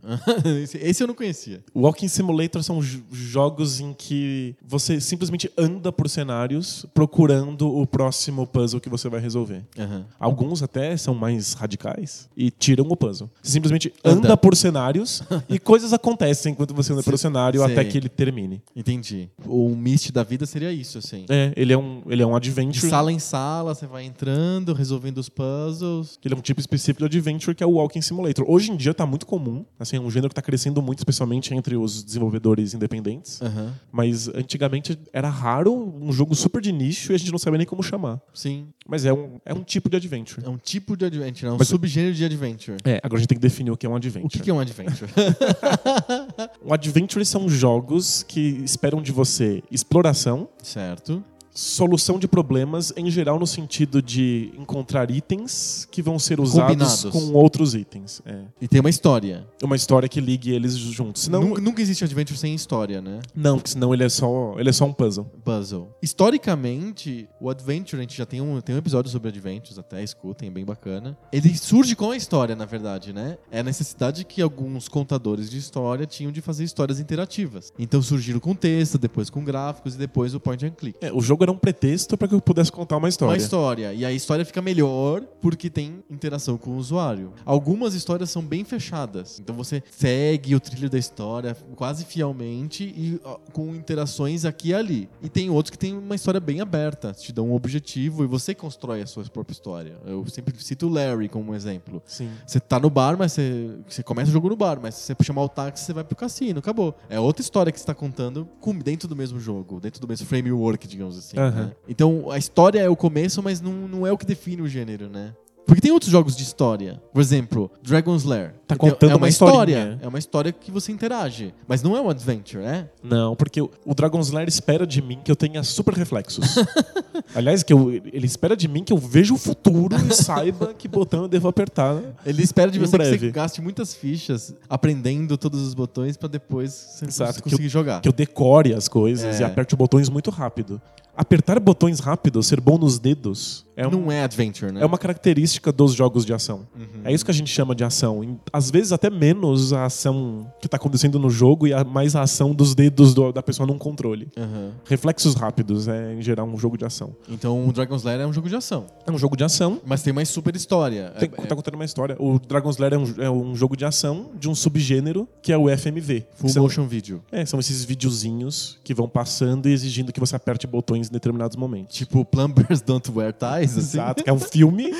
B: Esse- Esse eu não conhecia.
C: Walking Simulator são jo- jogos em que você simplesmente anda por cenários procurando o próximo puzzle que você vai resolver.
B: Aham.
C: Alguns até são mais radicais e tiram o puzzle. Você simplesmente
B: Anda.
C: anda, por cenários e coisas acontecem enquanto você anda pelo
B: Sim,
C: cenário
B: sim.
C: até que ele termine.
B: Entendi. O Myst da vida seria isso, assim.
C: É, ele é um, ele é um
B: De
C: adventure.
B: sala em sala, você vai entrando, resolvendo os puzzles.
C: Ele é um tipo específico de adventure que é o Walking Simulator. Hoje em dia tá muito comum, assim, é um gênero que tá crescendo muito, especialmente entre os desenvolvedores independentes.
B: Aham.
C: Mas antigamente era raro, um jogo super de nicho e a gente não sabia nem como chamar.
B: Sim.
C: Mas é um, é um tipo de adventure.
B: É um tipo de adventure, é um
C: Mas-
B: subgênero de adventure.
C: É, agora a gente tem que definir o que é um
B: O
C: adventure.
B: que, que é um adventure?
C: Um adventure são jogos que esperam de você exploração,
B: certo.
C: solução de problemas, em geral no sentido de encontrar itens que vão ser usados
B: Combinados.
C: com outros itens. É.
B: E tem uma história.
C: Uma história que ligue eles juntos. Senão,
B: Nunca, nunca existe um adventure sem história, né?
C: Não, porque senão ele é só, ele é só um puzzle.
B: Puzzle. Historicamente, o Adventure, a gente já tem um, tem um episódio sobre Adventures, até escutem, é bem bacana. Ele surge com a história, na verdade, né? É a necessidade que alguns contadores de história tinham de fazer histórias interativas. Então surgiram com texto, depois com gráficos e depois o point and click.
C: É, o jogo era um pretexto para que eu pudesse contar uma história.
B: Uma história. E a história fica melhor porque tem interação com o usuário. Algumas histórias são bem fechadas. Então você segue o trilho da história quase fielmente e ó, com interações aqui e ali. E tem outros que tem uma história bem aberta. Te dão um objetivo e você constrói a sua própria história. Eu sempre cito o Larry como um exemplo.
C: Sim.
B: Você tá no bar, mas você, você começa o jogo no bar, mas se você chamar o táxi, você vai pro cassino, acabou. É outra história que você tá contando com- dentro do mesmo jogo, dentro do mesmo framework, digamos assim.
C: Aham.
B: né? Então a história é o começo, mas não, não é o que define o gênero, né? Porque tem outros jogos de história. Por exemplo, Dragon's Lair.
C: Tá
B: Então,
C: contando
B: é
C: uma
B: história.
C: historinha.
B: É uma história que você interage. Mas não é um adventure, né?
C: Não, porque o o Dragon's Lair espera de mim que eu tenha super reflexos. Aliás, que eu- ele espera de mim que eu veja o futuro e saiba que botão eu devo apertar.
B: Ele espera de
C: Em
B: você que
C: breve.
B: você gaste muitas fichas aprendendo todos os botões pra depois você
C: Exato, que
B: conseguir jogar.
C: Que eu decore as coisas
B: É.
C: e aperte botões muito rápido. Apertar botões rápido, ser bom nos dedos, é, um-
B: Não é adventure, né? Uhum.
C: é uma característica dos jogos de ação. É isso que a gente chama de ação. Em- Às vezes até menos a ação que tá acontecendo no jogo e a- mais a ação dos dedos do- da pessoa num controle.
B: Aham.
C: Reflexos rápidos é, em geral, um jogo de ação.
B: Então o Dragon's Lair é um jogo de ação.
C: É um jogo de ação
B: Mas tem uma super história.
C: Tem,
B: É-
C: tá contando uma história. O Dragon's Lair é um, é um jogo de ação de um subgênero que é o FMV.
B: é full
C: São-
B: motion video.
C: é, são esses videozinhos que vão passando e exigindo que você aperte botões em determinados momentos. É um
B: Tipo, Plumbers Don't Wear Ties, assim.
C: Exato. É um filme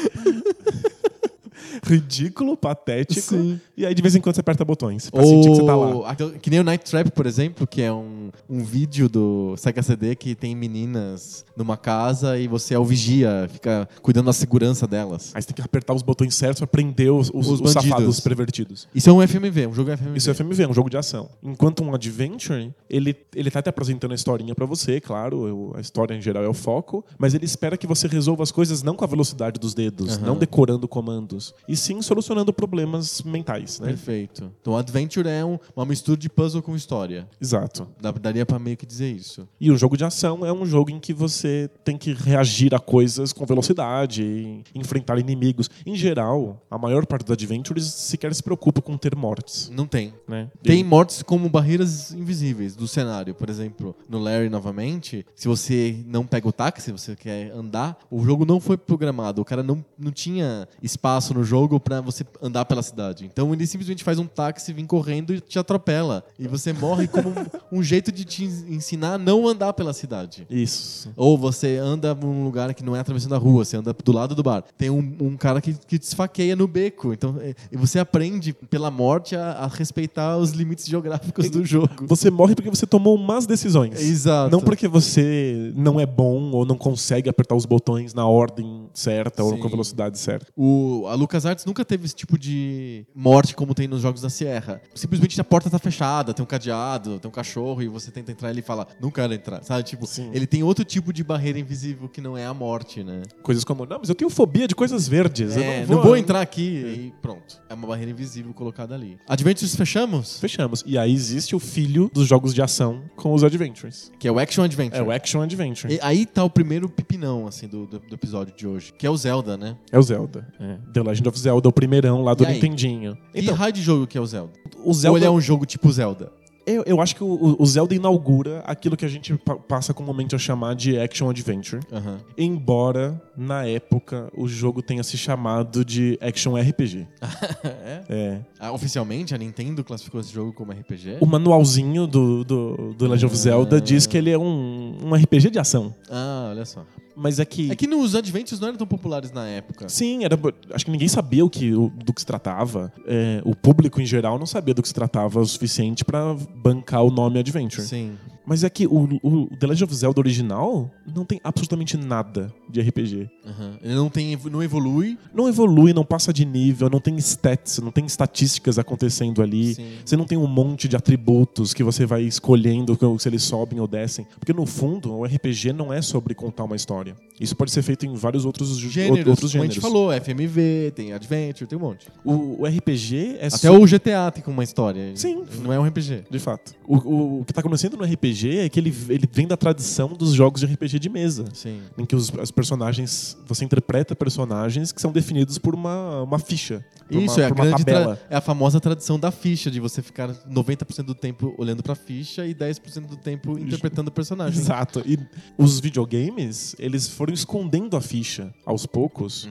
C: ridículo, patético.
B: Sim.
C: E aí de vez em quando você aperta botões pra sentir que você tá lá.
B: Ou aquele- que nem o Night Trap, por exemplo, que é um, um vídeo do Sega CD que tem meninas numa casa e você é o vigia, fica cuidando da segurança delas.
C: Aí você tem que apertar os botões certos pra prender os, os-
B: Os
C: os safados,
B: bandidos.
C: os pervertidos.
B: Isso é um FMV, um jogo FMV.
C: Isso é FMV, é um jogo de ação. Enquanto um adventure, ele, ele tá te apresentando a historinha pra você, claro, eu- a história em geral é o foco, mas ele espera que você resolva as coisas não com a velocidade dos dedos,
B: Aham.
C: não decorando comandos, e sim solucionando problemas mentais, né?
B: Perfeito. Então, Adventure é um- uma mistura de puzzle com história.
C: Exato.
B: Dá- Daria pra meio que dizer isso.
C: E o jogo de ação é um jogo em que você tem que reagir a coisas com velocidade, e enfrentar inimigos. Em geral, a maior parte dos adventures sequer se preocupa com ter mortes,
B: Não tem.
C: né?
B: Tem mortes como barreiras invisíveis do cenário. Por exemplo, no Larry novamente, se você não pega o táxi, se você quer andar, o jogo não foi programado. O cara não, não tinha espaço no jogo pra você andar pela cidade. Então ele simplesmente faz um táxi, vem correndo e te atropela. E você morre como um jeito de te ensinar a não andar pela cidade.
C: Isso.
B: Ou você anda num lugar que não é atravessando a rua, você anda do lado do bar. Tem um, um cara que, que te esfaqueia no beco. Então, é, e você aprende pela morte a, a respeitar os limites geográficos do jogo.
C: Você morre porque você tomou más decisões.
B: Exato.
C: Não porque você não é bom ou não consegue apertar os botões na ordem certa ou
B: Sim.
C: com a velocidade certa.
B: O, a LucasArts nunca teve esse tipo de morte como tem nos jogos da Sierra. Simplesmente a porta tá fechada, tem um cadeado, tem um cachorro e você tenta entrar e ele fala, não quero entrar, sabe? Tipo,
C: Sim.
B: ele tem outro tipo de barreira invisível que não é a morte, né?
C: Coisas como, não, mas eu tenho fobia de coisas verdes. eu
B: É,
C: não vou,
B: entrar aqui e pronto. É uma barreira invisível colocada ali. Adventures fechamos?
C: Fechamos. E aí existe o filho dos jogos de ação com os adventures.
B: Que é o Action Adventure.
C: É o Action Adventure.
B: E aí tá o primeiro pipinão, assim, do, do, do episódio de hoje. Que é o Zelda, né?
C: É o Zelda. É. The Legend of Zelda, o primeirão lá do
B: E aí?
C: Nintendinho.
B: Então,
C: Então,
B: que raio de jogo que é o Zelda?
C: o
B: Ou
C: Zelda.
B: ele é um jogo tipo Zelda?
C: eu, eu acho que o, o Zelda inaugura aquilo que a gente pa- passa comumente a chamar de Action Adventure.
B: Aham.
C: Embora, na época, o jogo tenha se chamado de Action RPG.
B: É?
C: É.
B: Ah, oficialmente, a Nintendo classificou esse jogo como RPG?
C: O manualzinho do, do, do Legend of Zelda
B: Ah.
C: diz que ele é um, um RPG de ação.
B: Ah, olha só.
C: Mas é que.
B: É que nos Adventures não eram tão populares na época.
C: Sim, era, acho que ninguém sabia o que, o- do que se tratava. É, o público em geral não sabia do que se tratava o suficiente pra bancar o nome Adventure.
B: Sim.
C: Mas é que o, o The Legend of Zelda original não tem absolutamente nada de RPG.
B: Aham. Ele não, tem, não evolui.
C: Não evolui, não passa de nível, não tem stats, não tem estatísticas acontecendo ali.
B: Sim.
C: Você não tem um monte de atributos que você vai escolhendo se eles sobem ou descem. Porque no fundo, o RPG não é sobre contar uma história. Isso pode ser feito em vários outros ju-
B: Gêneros,
C: outros
B: como a
C: gêneros.
B: gente falou, FMV, tem Adventure, tem um monte.
C: O, o RPG é
B: Até
C: so-
B: o GTA tem uma história.
C: Sim.
B: Não é um RPG.
C: De fato. O, o- o que tá acontecendo no RPG é que ele, ele vem da tradição dos jogos de RPG de mesa.
B: Sim.
C: Em que os, os personagens. Você interpreta personagens que são definidos por uma, uma ficha. por
B: Isso,
C: uma,
B: é, a
C: por uma
B: grande tra-
C: tabela.
B: é a famosa tradição da ficha, de você ficar 90% do tempo olhando pra ficha e 10% do tempo interpretando o personagem.
C: Exato. E os videogames, eles foram escondendo a ficha aos poucos,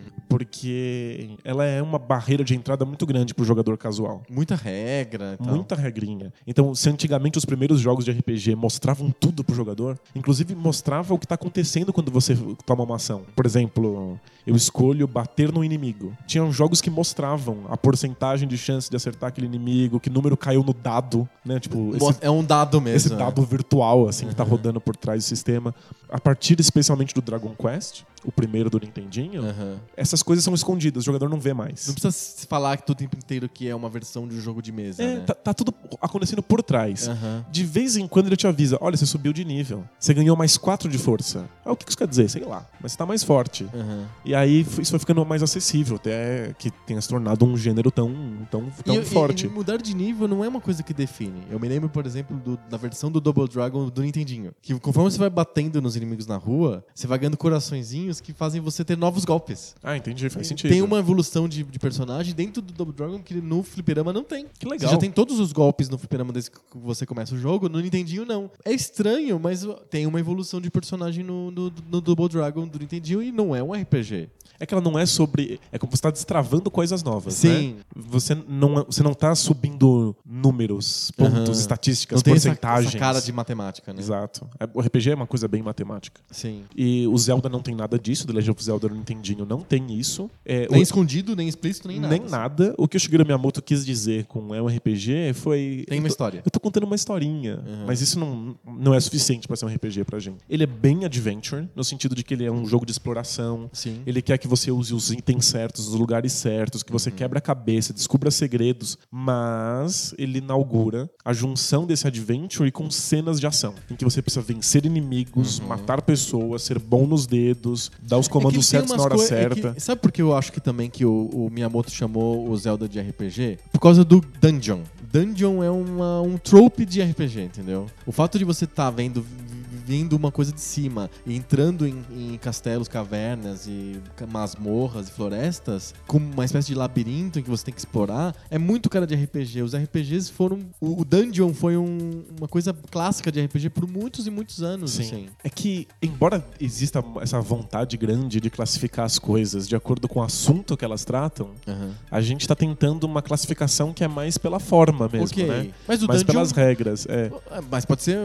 C: porque ela é uma barreira de entrada muito grande pro jogador casual.
B: Muita regra e tal.
C: Muita regrinha. Então, se antigamente os primeiros jogos de RPG mostravam tudo pro jogador, inclusive mostrava o que tá acontecendo quando você toma uma ação. Por exemplo, eu escolho bater no inimigo. Tinham jogos que mostravam a porcentagem de chance de acertar aquele inimigo, que número caiu no dado, né? Tipo, esse
B: Mo- É um dado mesmo.
C: esse
B: né?
C: dado virtual assim que tá
B: Uhum.
C: rodando por trás do sistema. A partir especialmente do Dragon Quest, o primeiro do Nintendinho,
B: Aham.
C: essas coisas são escondidas, o jogador não vê mais.
B: É. Não precisa se falar que o tempo inteiro que é uma versão de um jogo de mesa,
C: É,
B: né?
C: tá, tá tudo acontecendo por trás.
B: Aham.
C: De vez em quando ele te avisa: olha, você subiu de nível, você ganhou mais 4 de força. Ah, o que que isso quer dizer? Sei lá, mas você tá mais forte.
B: Aham.
C: E aí f- isso vai ficando mais acessível, até que tenha se tornado um gênero tão, tão, tão
B: E- e-
C: Tá um forte.
B: E, mudar de nível não é uma coisa que define. Eu me lembro, por exemplo, do- da versão do Double Dragon do Nintendinho. Que conforme você vai batendo nos inimigos na rua, você vai ganhando coraçõezinhos que fazem você ter novos golpes.
C: Ah, entendi, faz sentido.
B: Tem uma evolução de, de personagem dentro do Double Dragon que no fliperama não tem.
C: Que
B: Você
C: legal.
B: já tem todos os golpes no fliperama desde que você começa o jogo, no Nintendinho não. É estranho, mas tem uma evolução de personagem no, no, no Double Dragon do Nintendinho e não é um RPG.
C: É que ela não é sobre. É como você tá destravando coisas novas.
B: Sim.
C: né? Você não, você não tá subindo números pontos,
B: Aham.
C: estatísticas,
B: Não tem essa,
C: porcentagens.
B: essa cara de matemática, né?
C: Exato. É, O RPG é uma coisa bem matemática.
B: Sim.
C: E o Zelda não tem nada disso, The Legend of Zelda no Nintendinho não tem isso. É,
B: Nem
C: o-
B: escondido, nem explícito, nem nada. assim.
C: nem nada. O que o Shigeru Miyamoto quis dizer com é um RPG foi.
B: Tem uma
C: eu tô-
B: história.
C: Eu tô contando uma historinha,
B: Uhum.
C: mas isso não, não é suficiente pra ser um RPG pra gente. Ele é bem adventure, no sentido de que ele é um jogo de exploração.
B: Sim.
C: Ele quer que você use os itens certos, os lugares certos, que
B: Uhum.
C: você quebra a cabeça, descubra segredos, mas ele inaugura a junção desse adventure com cenas de ação, em que você precisa vencer inimigos, matar pessoas, ser bom nos dedos, dar os
B: Uhum. É que
C: comandos
B: ele tem
C: certos na
B: umas
C: hora
B: coi- é que-
C: certa.
B: sabe por que eu acho que também que o, o Miyamoto chamou o Zelda de RPG? Por causa do Dungeon. Dungeon é uma- um trope de RPG, entendeu? O fato de você estar vendo vendo uma coisa de cima e entrando em, em castelos, cavernas e ca- masmorras e florestas como uma espécie de labirinto em que você tem que explorar é muito cara de RPG. Os RPGs foram o, o Dungeon foi um- uma coisa clássica de RPG por muitos e muitos anos,
C: Sim.
B: assim.
C: É que, embora exista essa vontade grande de classificar as coisas de acordo com o assunto que elas tratam, a gente tá tentando uma classificação que é mais pela forma mesmo,
B: Ok.
C: né?
B: Mas o
C: Mas
B: Dungeon
C: pelas regras, é.
B: Ah, Mas pode ser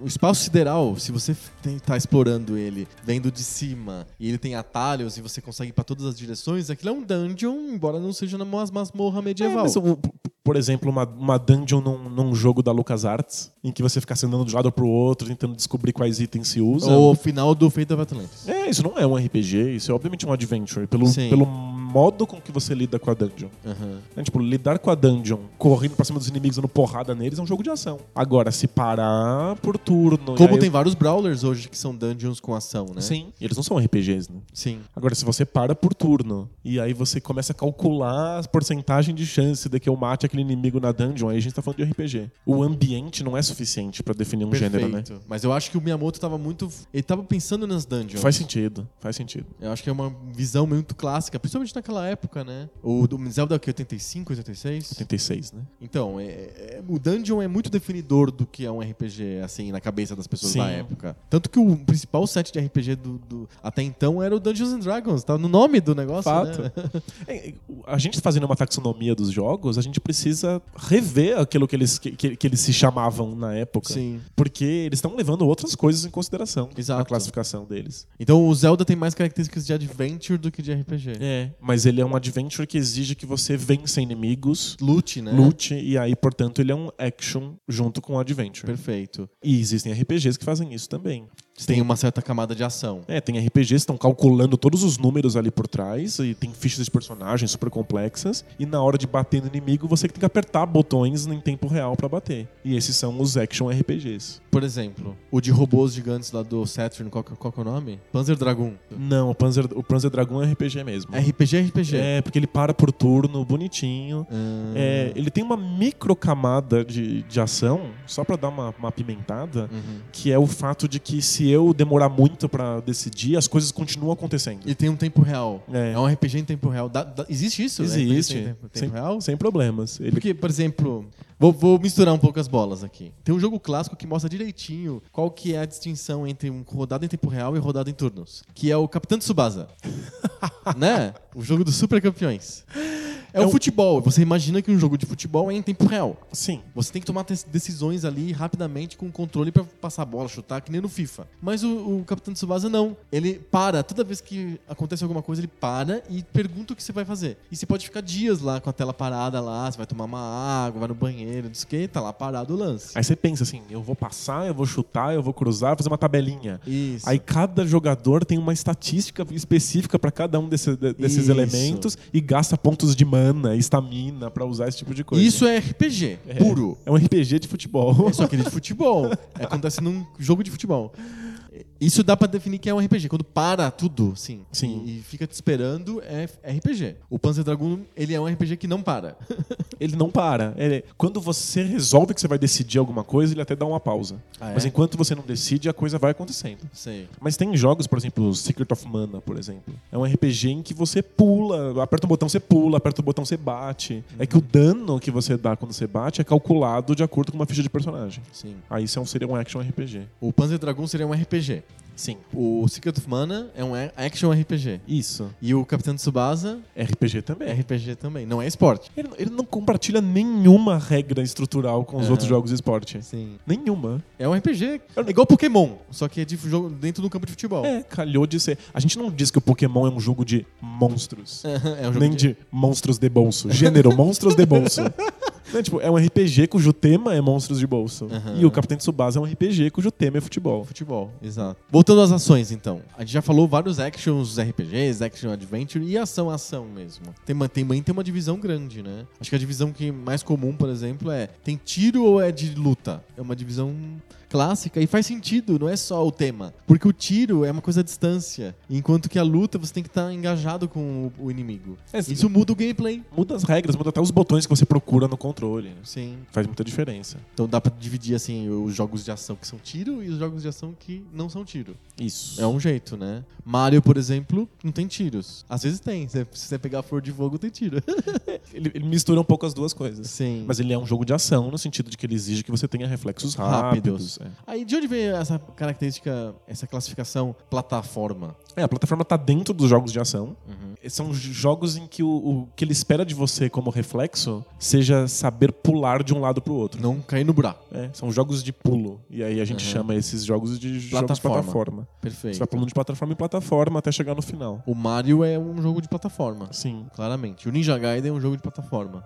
B: o espaço sideral, se você tem- tá explorando ele, vendo de cima, e ele tem atalhos e você consegue ir pra todas as direções, aquilo é um dungeon, embora não seja uma mas- masmorra
C: É,
B: medieval.
C: mas, o- p- por exemplo, uma, uma dungeon num, num jogo da LucasArts, em que você fica andando de um lado pro outro, tentando descobrir quais itens se usam.
B: Ou o final do Fate of Atlantis.
C: É, isso não é um RPG, isso é obviamente um adventure, pelo,
B: Sim.
C: pelo modo com que você lida com a dungeon.
B: Aham.
C: É, tipo, lidar com a dungeon, correndo pra cima dos inimigos, dando porrada neles, é um jogo de ação. Agora, se parar por turno. e
B: Como
C: aí-
B: tem vários brawlers hoje que são dungeons com ação, né?
C: Sim. Eles não são RPGs, né?
B: Sim.
C: Agora, se você para por turno e aí você começa a calcular a porcentagem de chance de que eu mate aquele inimigo na dungeon, aí a gente tá falando de RPG. O ambiente não é suficiente pra definir um gênero, né?
B: Perfeito. Mas eu acho que o Miyamoto tava muito. Ele tava pensando nas dungeons.
C: Faz sentido, faz sentido.
B: Eu acho que é uma visão muito clássica, principalmente naquela época, né? O do Zelda que 85, 86?
C: 86, né?
B: Então, é- é- o dungeon é muito definidor do que é um RPG, assim, na cabeça das pessoas
C: Sim.
B: da época. Tanto que o principal set de RPG do, do- até então era o Dungeons and Dragons, tá no nome do negócio,
C: Fato.
B: né?
C: É, é, A gente fazendo uma taxonomia dos jogos, a gente precisa rever aquilo que eles, que, que- que eles se chamavam na época.
B: Sim.
C: Porque eles estão levando outras coisas em consideração na
B: Exato.
C: classificação deles.
B: Então o Zelda tem mais características de adventure do que de RPG.
C: É. Mas ele é um adventure que exige que você vença inimigos,
B: Lute, né?
C: lute, e aí, portanto, ele é um action junto com adventure.
B: Perfeito.
C: E existem RPGs que fazem isso também.
B: Tem uma certa camada de ação.
C: É, tem RPGs que estão calculando todos os números ali por trás, e tem fichas de personagens super complexas, e na hora de bater no inimigo você que tem que apertar botões em tempo real pra bater. E esses são os action RPGs.
B: Por exemplo, o de robôs gigantes lá do Saturn, qual, que- qual que é o nome? Panzer Dragoon.
C: Não, o Panzer, o Panzer Dragon é RPG mesmo.
B: RPG, RPG.
C: É, porque ele para por turno, bonitinho.
B: Hum.
C: É, ele tem uma micro camada de, de ação, só pra dar uma, uma pimentada,
B: Uhum.
C: que é o fato de que se eu demorar muito pra decidir, as coisas continuam acontecendo.
B: E tem um tempo real.
C: É.
B: É, um RPG em tempo real. Dá- dá- existe né? isso?
C: Existe.
B: RPG em tempo, tempo
C: sem,
B: real?
C: sem problemas. Ele
B: Porque, por exemplo, vou, vou misturar um pouco as bolas aqui. Tem um jogo clássico que mostra direitinho qual que é a distinção entre um rodada em tempo real e rodada em turnos. Que é o Capitão Tsubasa. né? O jogo dos super campeões. É,
C: É
B: o
C: um-
B: futebol. Você imagina que um jogo de futebol é em tempo real.
C: Sim.
B: Você tem que tomar te- decisões ali rapidamente com o controle pra passar a bola, chutar, que nem no FIFA. Mas o, o Capitão Tsubasa não. Ele para. Toda vez que acontece alguma coisa, ele para e pergunta o que você vai fazer. E você pode ficar dias lá com a tela parada lá, você vai tomar uma água, vai no banheiro, não sei o que, tá lá parado o lance.
C: Aí você pensa assim, eu vou passar, eu vou chutar, eu vou cruzar, fazer uma tabelinha.
B: Isso.
C: Aí cada jogador tem uma estatística específica pra cada um desse- de- desses
B: Isso.
C: elementos e gasta pontos de mana, estamina pra usar esse tipo de coisa.
B: Isso é RPG, puro.
C: é um RPG de
B: É
C: futebol.
B: só aquele de futebol. É, Acontece num jogo de futebol. Isso dá pra definir que é um RPG. Quando para tudo, sim.
C: Sim.
B: E, e fica te esperando, é RPG. O Panzer Dragoon, ele é um RPG que não para.
C: Ele não para. Ele- quando você resolve que você vai decidir alguma coisa, ele até dá uma pausa.
B: Ah, é?
C: Mas enquanto você não decide, a coisa vai acontecendo.
B: Sei.
C: Mas tem jogos, por exemplo, Secret of Mana, por exemplo. É um RPG em que você pula, aperta um botão, você pula, aperta o botão, você bate. É que o dano que você dá quando você bate é calculado de acordo com uma ficha de personagem.
B: Sim.
C: Aí isso é um- seria um action RPG.
B: O Panzer Dragoon seria um RPG. RPG.
C: Sim.
B: O Secret of Mana é um a- action RPG.
C: Isso.
B: E o Capitão Tsubasa
C: RPG
B: é
C: também.
B: RPG também. Não é esporte.
C: Ele, ele não compartilha nenhuma regra estrutural com os
B: Aham.
C: outros jogos de esporte.
B: Sim.
C: Nenhuma.
B: É um RPG. É igual Pokémon, só que é de jogo dentro do campo de futebol.
C: É, calhou de ser. A gente não diz que o Pokémon é um jogo de monstros.
B: É um jogo
C: Nem de... monstros de bolso. Gênero, monstros de bolso. Não, tipo, é um RPG cujo tema é monstros de bolso.
B: Aham.
C: E o Capitão Tsubasa é um RPG cujo tema é futebol.
B: futebol, exato. Voltando às ações, então. A gente já falou vários actions RPGs, action adventure e ação-ação mesmo. Tem, ma- tem, tem uma divisão grande, né? Acho que a divisão que é mais comum, por exemplo, é tem tiro ou é de luta? É uma divisão clássica e faz sentido, não é só o tema. Porque o tiro é uma coisa à distância, enquanto que a luta você tem que estar engajado com o, o inimigo.
C: É, sim.
B: Isso muda o gameplay.
C: Muda as regras, muda até os botões que você procura no controle.
B: Sim.
C: Faz muita diferença.
B: Então dá pra dividir assim os jogos de ação que são tiro e os jogos de ação que não são tiro.
C: Isso.
B: É um jeito, né? Mario, por exemplo, não tem tiros. Às vezes tem. Se se você pegar a flor de fogo, tem tiro.
C: Ele, ele mistura um pouco as duas coisas.
B: Sim.
C: Mas é ele é um jogo de ação no sentido de que ele exige que você tenha reflexos rápidos.
B: é. Aí de onde vem essa característica, essa classificação plataforma?
C: É. É, a plataforma tá dentro dos jogos de ação.
B: Uhum.
C: São j- jogos em que o, o que ele espera de você como reflexo seja saber pular de um lado pro outro.
B: Não cair no buraco.
C: É, são jogos de pulo. E aí a gente chama esses jogos de jogos de
B: Plataforma.
C: plataforma. Você
B: Perfeito.
C: vai pulando de plataforma em plataforma até chegar no final.
B: O Mario é um jogo de plataforma.
C: Sim,
B: Claramente. O Ninja Gaiden é um jogo de plataforma.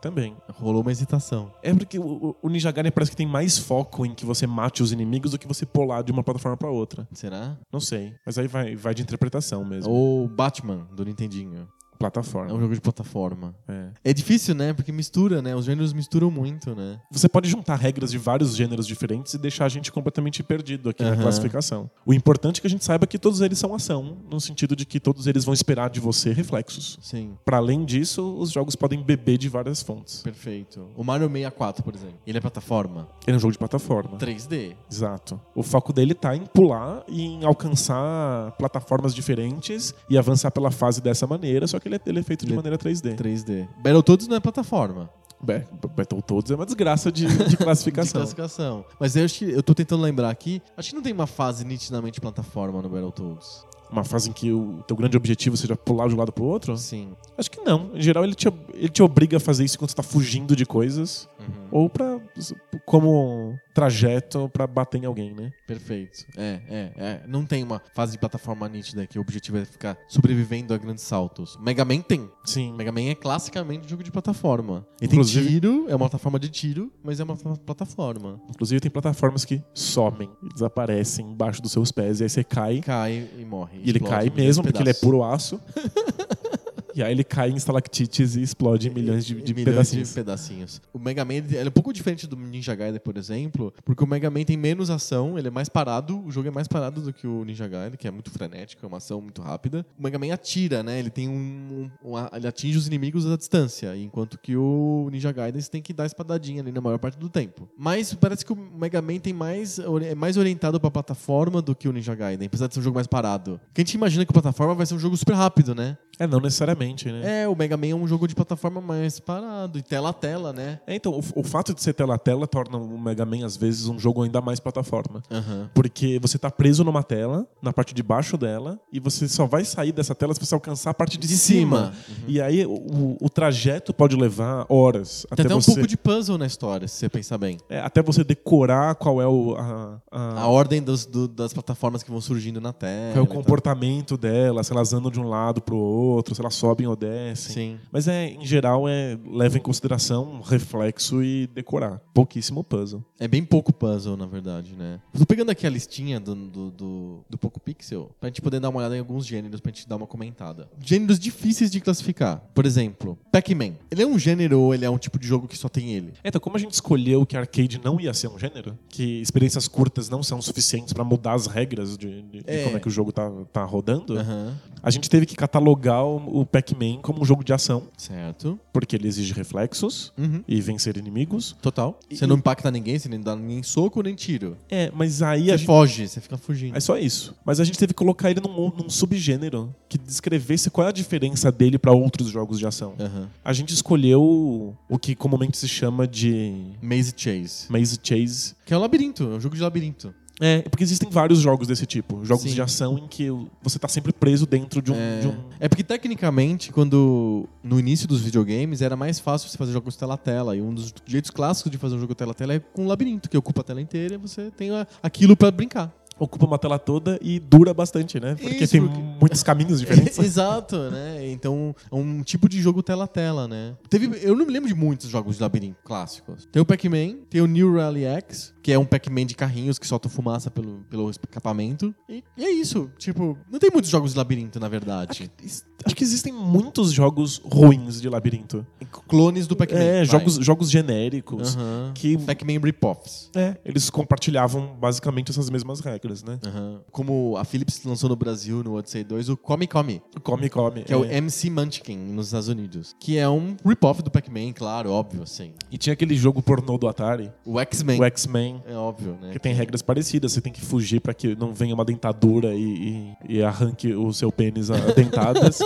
C: também.
B: Rolou uma hesitação.
C: É porque o, o- o Ninja Gaiden parece que tem mais foco em que você mate os inimigos do que você pular de uma plataforma pra outra.
B: Será?
C: Não sei. Mas aí vai, vai de interpretação mesmo.
B: Ou Batman, do Nintendinho. É um
C: Plataforma.
B: jogo de plataforma.
C: É.
B: É difícil, né? Porque mistura, né? Os gêneros misturam muito, né?
C: Você pode juntar regras de vários gêneros diferentes e deixar a gente completamente perdido aqui na
B: Aham.
C: classificação. O importante é que a gente saiba que todos eles são ação, no sentido de que todos eles vão esperar de você reflexos.
B: Sim.
C: Pra além disso, os jogos podem beber de várias fontes.
B: Perfeito. O Mario 64, por exemplo. Ele é plataforma.
C: Ele é um jogo de plataforma.
B: 3D.
C: Exato. O foco dele tá em pular e em alcançar plataformas diferentes e avançar pela fase dessa maneira, só que ele é, ele é feito de
B: Ele-
C: maneira 3D.
B: 3D. Battletoads não é plataforma.
C: Be- Battletoads é uma desgraça de, de
B: De
C: classificação.
B: classificação. Mas eu acho que eu tô tentando lembrar aqui. Acho que não tem uma fase nitidamente plataforma no Battletoads.
C: Uma fase em que o teu grande objetivo seja pular de um lado pro outro?
B: Sim.
C: Acho que não. Em geral, ele te, ob- ele te obriga a fazer isso quando você tá fugindo de coisas ou pra, como trajeto pra bater em alguém, né?
B: Perfeito. É, é, é. Não tem uma fase de plataforma nítida que o objetivo é ficar sobrevivendo a grandes saltos. Mega Man tem.
C: Sim.
B: Mega Man é classicamente um jogo de plataforma. E
C: Inclusive-
B: tem tiro, é uma plataforma de tiro, mas é uma pla- plataforma.
C: Inclusive, tem plataformas que somem, desaparecem embaixo dos seus pés e aí você cai.
B: Cai e morre.
C: E ele
B: explode
C: cai
B: em
C: mesmo, porque ele é
B: pedaços.
C: puro aço. e aí ele cai em estalactites e explode em milhões de, de
B: milhões
C: pedacinhos.
B: de pedacinhos. O Mega Man ele é um pouco diferente do Ninja Gaiden, por exemplo, porque o Mega Man tem menos ação, ele é mais parado, o jogo é mais parado do que o Ninja Gaiden, que é muito frenético, é uma ação muito rápida. O Mega Man atira, né? Ele tem um, um- um- ele atinge os inimigos à distância, enquanto que o Ninja Gaiden você tem que dar espadadinha ali na maior parte do tempo. Mas parece que o Mega Man tem mais ori- é mais orientado pra plataforma do que o Ninja Gaiden, apesar de ser um jogo mais parado. Porque a gente imagina que a plataforma vai ser um jogo super rápido, né?
C: É, não necessariamente, né?
B: É, o Mega Man é um jogo de plataforma mais parado, e tela a tela, né?
C: É, então, o, o fato de ser tela a tela torna o Mega Man, às vezes, um jogo ainda mais plataforma.
B: Aham.
C: Porque você tá preso numa tela, na parte de baixo dela, e você só vai sair dessa tela se você alcançar a parte de,
B: De
C: cima.
B: cima. Uhum.
C: E aí o, o- o trajeto pode levar horas até,
B: Tem até um
C: você.
B: pouco de puzzle na história, se você pensar bem.
C: é, até você decorar qual é o. a- a-
B: A né? ordem dos- do- das plataformas que vão surgindo na tela.
C: Qual
B: e
C: é o
B: tal.
C: comportamento dela, se elas andam de um lado pro outro, se elas sobem ou descem.
B: Sim.
C: Mas é, em geral, é, leva em consideração um reflexo e decorar. Pouquíssimo puzzle.
B: É bem pouco puzzle, na verdade, né? Eu Tô pegando aqui a listinha do, do, do, do Poco Pixel pra gente poder dar uma olhada em alguns gêneros, pra gente dar uma comentada. Gêneros difíceis de classificar. Por exemplo, Pac-Man. Ele é um gênero ou ele é um tipo de jogo que só tem ele?
C: Então, como a gente escolheu que arcade não ia ser um gênero, que experiências curtas não são suficientes pra mudar as regras de, de- de
B: É.
C: como é que o jogo tá, tá rodando,
B: Aham.
C: a gente teve que catalogar o, o Pac-Man como um jogo de ação,
B: Certo.
C: porque ele exige reflexos
B: Uhum.
C: e vencer inimigos.
B: Total. Você não impacta ninguém, você nem dá nem soco, nem tiro.
C: É, mas aí a
B: Você
C: gente
B: foge, você fica fugindo.
C: É só isso. Mas a gente teve que colocar ele num, num subgênero que descrevesse qual é a diferença dele pra outros jogos de ação.
B: Aham.
C: A gente escolheu o que comumente se chama de
B: Maze Chase.
C: Maze Chase.
B: Que é um labirinto, é um jogo de labirinto.
C: É, porque existem vários jogos desse tipo. Jogos
B: Sim.
C: de ação em que você tá sempre preso dentro de um...
B: É.
C: de um-
B: É porque tecnicamente, quando no início dos videogames era mais fácil você fazer jogos tela a tela. E um dos jeitos clássicos de fazer um jogo tela a tela é com um labirinto, que ocupa a tela inteira e você tem a- aquilo pra brincar.
C: Ocupa uma tela toda e dura bastante, né? Porque
B: Isso,
C: tem
B: porque-
C: muitos caminhos diferentes.
B: Exato, né? Então é um tipo de jogo tela a tela, né? Teve, eu não me lembro de muitos jogos de labirinto clássicos. Tem o Pac-Man, tem o New Rally X, que é um Pac-Man de carrinhos que solta fumaça pelo, pelo escapamento. E, e é isso. Tipo, não tem muitos jogos de labirinto, na verdade.
C: Acho que existem muitos jogos ruins de labirinto.
B: Clones do Pac-Man.
C: É,
B: vai.
C: jogos, jogos genéricos.
B: Aham.
C: Que
B: Pac-Man Rip-Offs.
C: é, eles compartilhavam basicamente essas mesmas regras, né?
B: Aham. Como a Philips lançou no Brasil, no Odyssey 2, o Come Come,
C: Come, come.
B: que é, o MC Munchkin nos Estados Unidos. Que é um rip-off do Pac-Man, claro, óbvio, assim.
C: E tinha aquele jogo pornô do Atari,
B: O X-Men.
C: o X-Men,
B: É óbvio, né?
C: que tem regras parecidas. Você tem que fugir pra que não venha uma dentadura e, e- e arranque o seu pênis a a dentadas.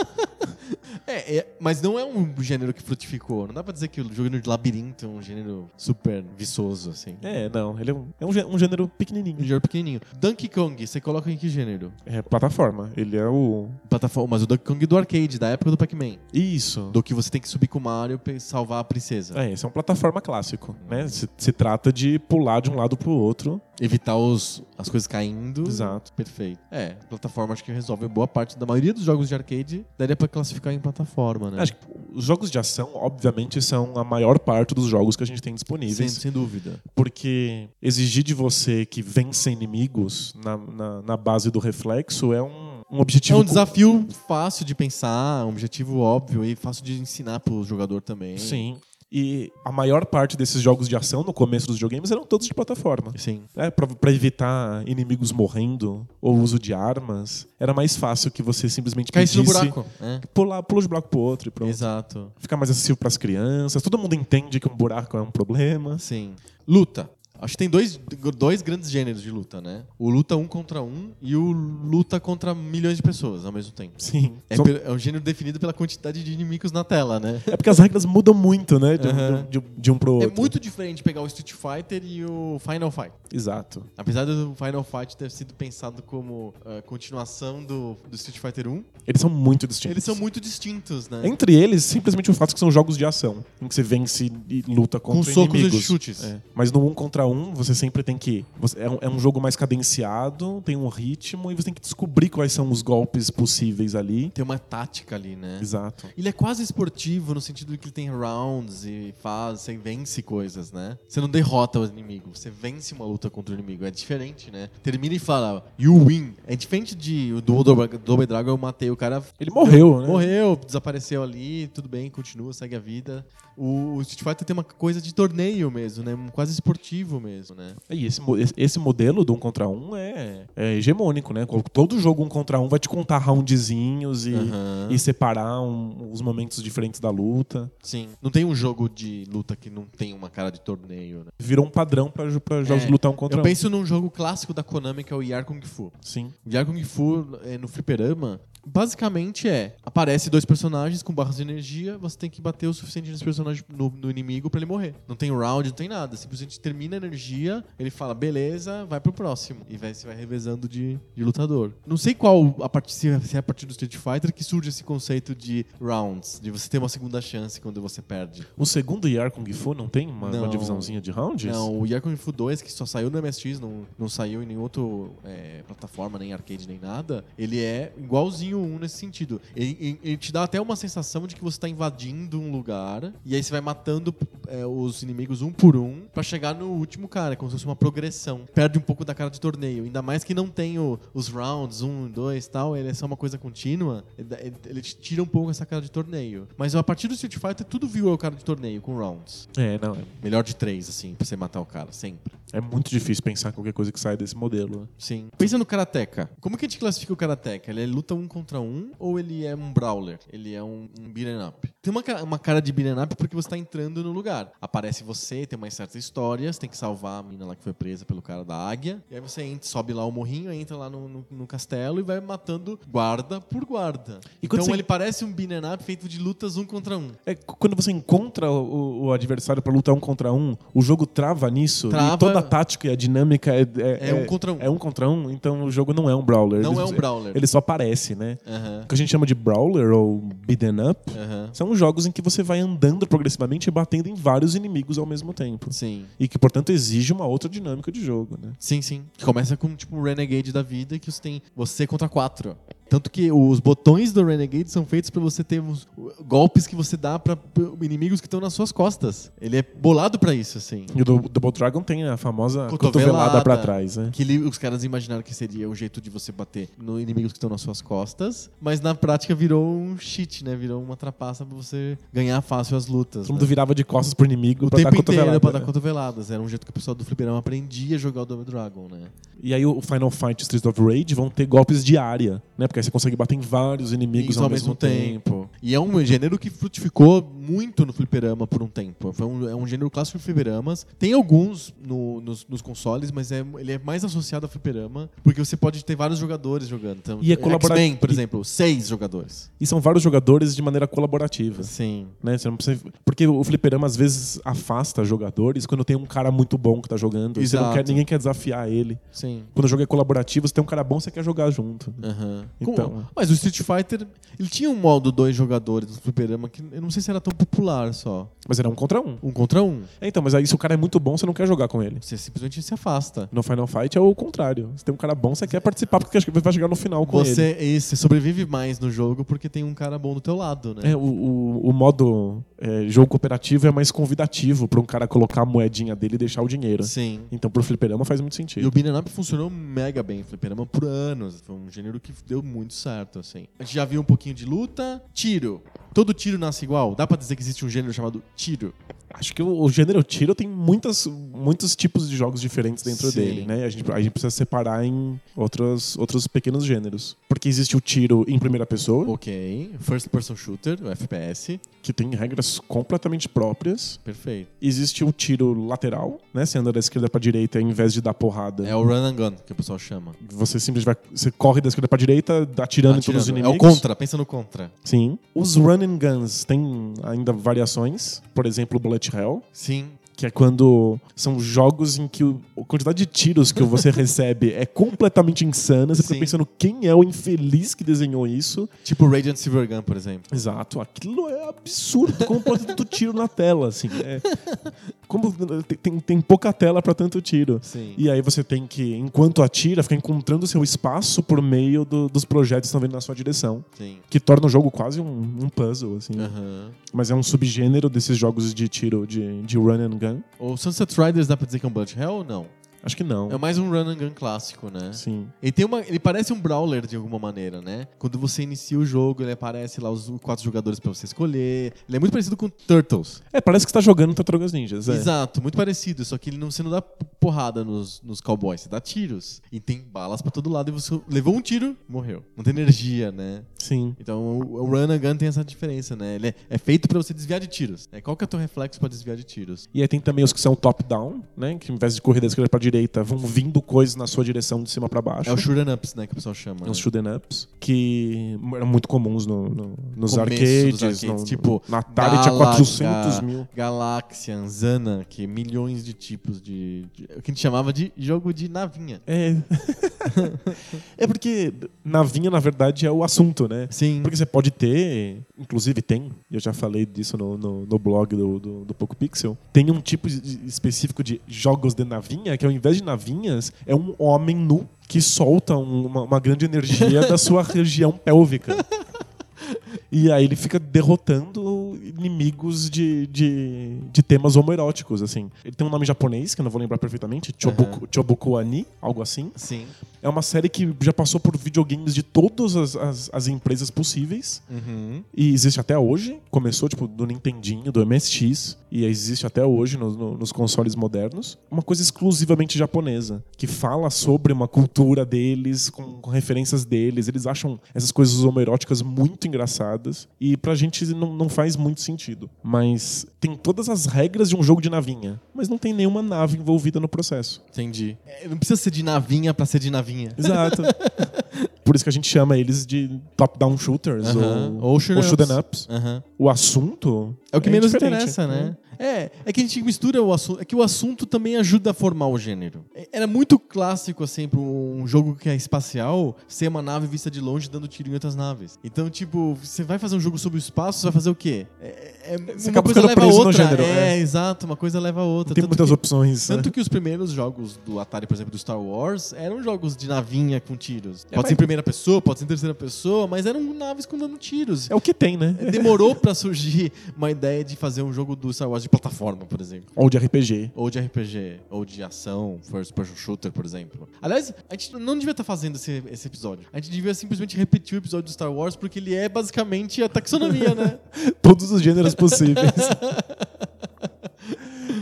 B: É, é, mas não é um gênero que frutificou. Não dá pra dizer que o gênero de labirinto é um gênero super viçoso, assim.
C: é, não. Ele é um, é um gê- um gênero
B: Um
C: pequenininho.
B: gênero pequenininho. Donkey Kong, você coloca em que gênero?
C: É plataforma. Ele é o...
B: Plataforma, mas o Donkey Kong do arcade, da época do Pac-Man.
C: Isso.
B: Do que você tem que subir com o Mario pra salvar a princesa.
C: É, esse é um plataforma clássico, né? Se, se trata de pular de um lado pro outro.
B: Evitar os, as coisas caindo.
C: Exato.
B: Perfeito. É, plataforma acho que resolve boa parte da maioria dos jogos de arcade. Daria pra classificar em plataforma, né?
C: Acho que os jogos de ação, obviamente, são a maior parte dos jogos que é a gente tem
B: sem,
C: disponíveis.
B: sem dúvida.
C: Porque exigir de você que vença inimigos na, na, na base do reflexo é um, um
B: É
C: objetivo.
B: um desafio fácil de pensar, um objetivo óbvio e fácil de ensinar pro jogador também.
C: Sim. E a maior parte desses jogos de ação no começo dos videogames eram todos de plataforma.
B: Sim.
C: É, pra, pra evitar inimigos morrendo ou uso de armas, era mais fácil que você simplesmente
B: Caísse no
C: pedisse
B: buraco. né?
C: pular, pula de um bloco pro outro e pronto.
B: Exato.
C: Ficar mais acessível pras crianças. Todo mundo entende que um buraco é um problema.
B: Sim. Assim, Luta. Acho que tem dois, dois grandes gêneros de luta, né? O luta um contra um e o luta contra milhões de pessoas ao mesmo tempo.
C: Sim.
B: É,
C: São-
B: pe- é um gênero definido pela quantidade de inimigos na tela, né?
C: É porque as regras mudam muito, né? De, um-
B: Aham.
C: de um- de um pro outro.
B: É muito diferente pegar o Street Fighter e o Final Fight.
C: Exato.
B: Apesar do Final Fight ter sido pensado como eh, continuação do, do Street Fighter 1,
C: Eles são muito distintos.
B: eles são muito distintos, né?
C: Entre eles, simplesmente o fato que são jogos de ação, em que você vence e luta contra
B: Com socos e
C: inimigos.
B: chutes.
C: É. Mas no um contra um, você sempre tem que. você- é, um, é um jogo mais cadenciado, tem um ritmo, e você tem que descobrir quais são os golpes possíveis ali.
B: Tem uma tática ali, né?
C: Exato.
B: Ele é quase esportivo no sentido de que ele tem rounds e faz, você vence coisas, né? Você não derrota o inimigo, você vence uma luta contra o inimigo. É diferente, né? Termina e fala, you win. É diferente de, do Double Double Dragon, eu matei o cara.
C: Ele morreu, né?
B: Morreu, desapareceu ali, tudo bem, continua, segue a vida. O, o Street Fighter tem uma coisa de torneio mesmo, né? Um Quase esportivo mesmo, né?
C: E esse, mo- esse- esse modelo do um contra um é, é hegemônico, né? Qual- Todo jogo um contra um vai te contar roundzinhos e,
B: Aham.
C: e separar um- os momentos diferentes da luta.
B: Sim. Não tem um jogo de luta que não tem uma cara de torneio, né?
C: Virou um padrão pra jo- pra jogos
B: É,
C: de lutar um contra
B: Eu
C: um.
B: penso num jogo clássico da Konami que é o Yar Kung Fu.
C: Sim.
B: O Yar Kung Fu é, no fliperama, basicamente é: aparece dois personagens com barras de energia, você tem que bater o suficiente nesse personagem no, no inimigo pra ele morrer. Não tem round, não tem nada. Simplesmente termina a energia, ele fala, beleza, vai pro próximo. E vai, você vai revezando de, de lutador. Não sei qual a partir, se é- se é a partir do Street Fighter que surge esse conceito de rounds, de você ter uma segunda chance quando você perde.
C: O segundo Yar Kung Fu não tem uma, uma
B: Não.
C: divisãozinha de rounds?
B: Não, o Yakun Fu 2, que só saiu no MSX, não, não saiu em nenhuma outra plataforma, nem arcade, nem nada, ele é igualzinho o 1 nesse sentido. Ele, ele- ele te dá até uma sensação de que você tá invadindo um lugar, e aí você vai matando é, os inimigos um por um pra chegar no último cara, como se fosse uma progressão. Perde um pouco da cara de torneio, ainda mais que não tem o- os rounds, um, dois tal, ele é só uma coisa contínua, ele, dá- ele- ele te tira um pouco essa cara de torneio. Mas a partir do Street Fighter, tudo viu a cara de torneio com rounds.
C: É, não. é-
B: Melhor de três, assim, pra você matar o cara, sempre.
C: É muito difícil pensar qualquer coisa que sai desse modelo. né?
B: Sim. Pensa no Karateka. Como que a gente classifica o Karateka? Ele é luta um contra um ou ele é um brawler? Ele é um, um beat'em up? Tem uma, ca- uma cara de beat'em up porque você tá entrando no lugar. Aparece você, tem uma certa história, você tem que salvar a mina lá que foi presa pelo cara da águia. E aí você entra, sobe lá o morrinho, entra lá no, no- no castelo e vai matando guarda por guarda.
C: E quando
B: então
C: você-
B: ele parece um beat'em up feito de lutas um contra um.
C: É, c- quando você encontra o, o adversário pra lutar um contra um, o jogo trava nisso
B: Trava,
C: e toda plano tático e a dinâmica é,
B: É um contra um.
C: É um contra um, então o jogo não é um brawler.
B: Não
C: Eles-
B: é um brawler.
C: Ele só aparece, né?
B: Aham.
C: O que a gente chama de brawler ou beaten up
B: Aham.
C: são jogos em que você vai andando progressivamente e batendo em vários inimigos ao mesmo tempo.
B: Sim.
C: E que, portanto, exige uma outra dinâmica de jogo, né?
B: Sim, sim. Que começa com tipo um Renegade da vida que você tem você contra quatro. Tanto que os botões do Renegade são feitos pra você ter uns golpes que você dá pra p- inimigos que estão nas suas costas. Ele é bolado pra isso, assim.
C: E o do- Double Dragon tem né, a famosa
B: Cotovelada.
C: cotovelada pra trás, né?
B: Que ele- os caras imaginaram que seria o jeito de você bater no inimigos que estão nas suas costas, mas na prática virou um cheat, né? Virou uma trapaça pra você ganhar fácil as lutas.
C: Todo
B: né?
C: mundo virava de costas pro inimigo
B: O
C: pra dar
B: tempo
C: cotovelada.
B: inteiro é pra dar
C: né?
B: cotoveladas. Era um jeito que o pessoal do Fliperama aprendia a jogar o Double Dragon, né?
C: E aí o Final Fight e Streets of Rage vão ter golpes de área, né? Porque aí você consegue bater em vários inimigos
B: Isso
C: ao, mesmo, tempo.
B: E é um gênero que frutificou muito no fliperama por um tempo. Foi um- é um gênero clássico de fliperamas. Tem alguns no- nos, nos consoles, mas é- ele é mais associado a fliperama, porque você pode ter vários jogadores jogando. Então,
C: E é colabora-
B: X-Men, por
C: e-
B: exemplo, seis jogadores.
C: E são vários jogadores de maneira colaborativa.
B: Sim.
C: Né? Você não precisa... Porque o fliperama às vezes afasta jogadores quando tem um cara muito bom que tá jogando. E você não
B: Exato.
C: quer, ninguém quer desafiar ele.
B: Sim.
C: Quando o jogo é colaborativo, você tem um cara bom, você quer jogar junto. né?
B: Aham.
C: Então-
B: Com- Mas o Street Fighter, ele tinha um modo dois jogadores no fliperama que eu não sei se era tão popular só.
C: Mas era um contra um.
B: Um contra um.
C: É, então, mas aí se o cara é muito bom, você não quer jogar com ele.
B: Você simplesmente se afasta.
C: No Final Fight é o contrário. Se tem um cara bom, você quer participar porque acha que vai chegar no final com ele.
B: Você, e você sobrevive mais no jogo porque tem um cara bom do teu lado, né?
C: É, o, o, o modo é, jogo cooperativo é mais convidativo pra um cara colocar a moedinha dele e deixar o dinheiro.
B: Sim.
C: Então pro fliperama faz muito
B: E
C: sentido.
B: o Beat'em Up funcionou mega bem, fliperama, por anos. Foi um gênero que deu muito certo, assim. A gente já viu um pouquinho de luta. Tiro. Todo tiro nasce igual. Dá pra dizer que existe um gênero chamado tiro.
C: Acho que o, o gênero tiro tem muitas, muitos tipos de jogos diferentes dentro
B: Sim.
C: dele, né? A gente, a gente precisa separar em outros, outros pequenos gêneros. Porque existe o tiro em primeira pessoa,
B: Ok. First Person Shooter, o FPS.
C: que tem regras completamente próprias.
B: Perfeito.
C: Existe o tiro lateral, né? Você anda da esquerda pra direita em vez de dar porrada.
B: É o Run and Gun, que o pessoal chama.
C: Você simplesmente vai, você corre da esquerda pra direita, dá- atirando, em todos os
B: Atirando. É
C: inimigos.
B: o contra, pensa no contra.
C: Sim. Os run and guns têm ainda variações. Por exemplo, o Bullet Hell,
B: Sim.
C: que é quando são jogos em que o- a quantidade de tiros que você recebe é completamente insana. Você
B: Sim.
C: fica pensando quem é o infeliz que desenhou isso.
B: Tipo Radiant Silver Gun, por exemplo.
C: Exato, aquilo é absurdo. Como pode tanto tiro na tela, assim? É- como tem, tem- tem pouca tela pra tanto tiro.
B: Sim.
C: E aí você tem que, enquanto atira, ficar encontrando seu espaço por meio do- dos projetos que estão vindo na sua direção.
B: Sim.
C: Que torna o jogo quase um, um puzzle, assim.
B: Aham.
C: Mas é um subgênero desses jogos de tiro, de, de run and gun.
B: O Sunset Riders dá pra dizer que é um Bullet Hell ou não?
C: Acho que não.
B: É mais um Run and Gun clássico, né?
C: Sim.
B: Ele, tem uma, ele parece um brawler de alguma maneira, né? Quando você inicia o jogo, ele aparece lá os quatro jogadores pra você escolher. Ele é muito parecido com Turtles. né?
C: É, parece que você tá jogando Tartarugas Ninjas. É.
B: Exato, muito parecido. Só que ele não, você não dá p- porrada nos, nos cowboys, você dá tiros. E tem balas pra todo lado e você levou um tiro, morreu. Não tem energia, né?
C: Sim.
B: Então o, o Run and Gun tem essa diferença, né? Ele é, é feito pra você desviar de tiros. Né? Qual que é o teu reflexo pra desviar de tiros?
C: E aí tem também os que são top-down, né? Que ao invés de correr da esquerda pra direita, vão vindo coisas na sua direção de cima pra baixo.
B: É o shoot'em ups, né? Que o pessoal chama.
C: É os
B: né?
C: shoot'em ups, que eram muito comuns no, no- nos
B: Começo
C: arcades.
B: dos arcades,
C: no-
B: tipo,
C: na Atari tinha
B: Galaga.
C: 400 mil.
B: Galaxian, Zana, que milhões de tipos de, de- O que a gente chamava de jogo de navinha.
C: É. é porque navinha, na verdade, é o assunto, né?
B: Sim.
C: Porque você pode ter, inclusive tem, eu já falei disso no, no, no blog do, do, do Poco Pixel, tem um tipo de- específico de jogos de navinha que ao invés de navinhas é um homem nu que solta um- uma, uma grande energia da sua região pélvica. E aí ele fica derrotando inimigos de, de, de temas homoeróticos, assim. Ele tem um nome japonês, que eu não vou lembrar perfeitamente, Choboku, Choboku Ani, algo assim.
B: Sim.
C: É uma série que já passou por videogames de todas as, as, as empresas possíveis.
B: Uhum.
C: E existe até hoje. Começou, tipo, do Nintendinho, do MSX. E existe até hoje no- no- nos consoles modernos. Uma coisa exclusivamente japonesa. Que fala sobre uma cultura deles, com, com referências deles. Eles acham essas coisas homoeróticas muito engraçadas. E pra gente não, não faz muito sentido. Mas tem todas as regras de um jogo de navinha. Mas não tem nenhuma nave envolvida no processo.
B: Entendi. É, não precisa ser de navinha pra ser de navinha.
C: Exato. Por isso que a gente chama eles de top-down shooters
B: Aham.
C: ou, ou shoot'em ups.
B: Aham.
C: O assunto
B: É o que menos
C: diferente.
B: interessa, né? É, é que a gente mistura o assunto. É que o assunto também ajuda a formar o gênero. É- Era muito clássico, assim, pra um jogo que é espacial, ser uma nave vista de longe dando tiro em outras naves. Então, tipo, você vai fazer um jogo sobre o espaço, você vai fazer o quê? É, é- uma
C: acaba
B: coisa
C: ficando
B: leva a
C: preso no
B: outra.
C: gênero,
B: é,
C: é.
B: exato, uma coisa leva a outra.
C: Não tem
B: Tanto
C: muitas
B: que-
C: opções. né?
B: Tá tanto que os primeiros jogos do Atari, por exemplo, do Star Wars, eram jogos de navinha com tiros. Pode
C: É, mas-
B: ser em primeira pessoa, pode ser em terceira pessoa, mas eram naves com dando tiros.
C: É o que tem, né?
B: Demorou pra surgir uma ideia de fazer um jogo do Star Wars de plataforma, por exemplo.
C: Ou de RPG.
B: Ou de RPG, ou de ação, first person shooter, por exemplo. Aliás, a gente não devia estar fazendo esse, esse episódio. A gente devia simplesmente repetir o episódio do Star Wars, porque ele é basicamente a taxonomia, né?
C: Todos os gêneros possíveis.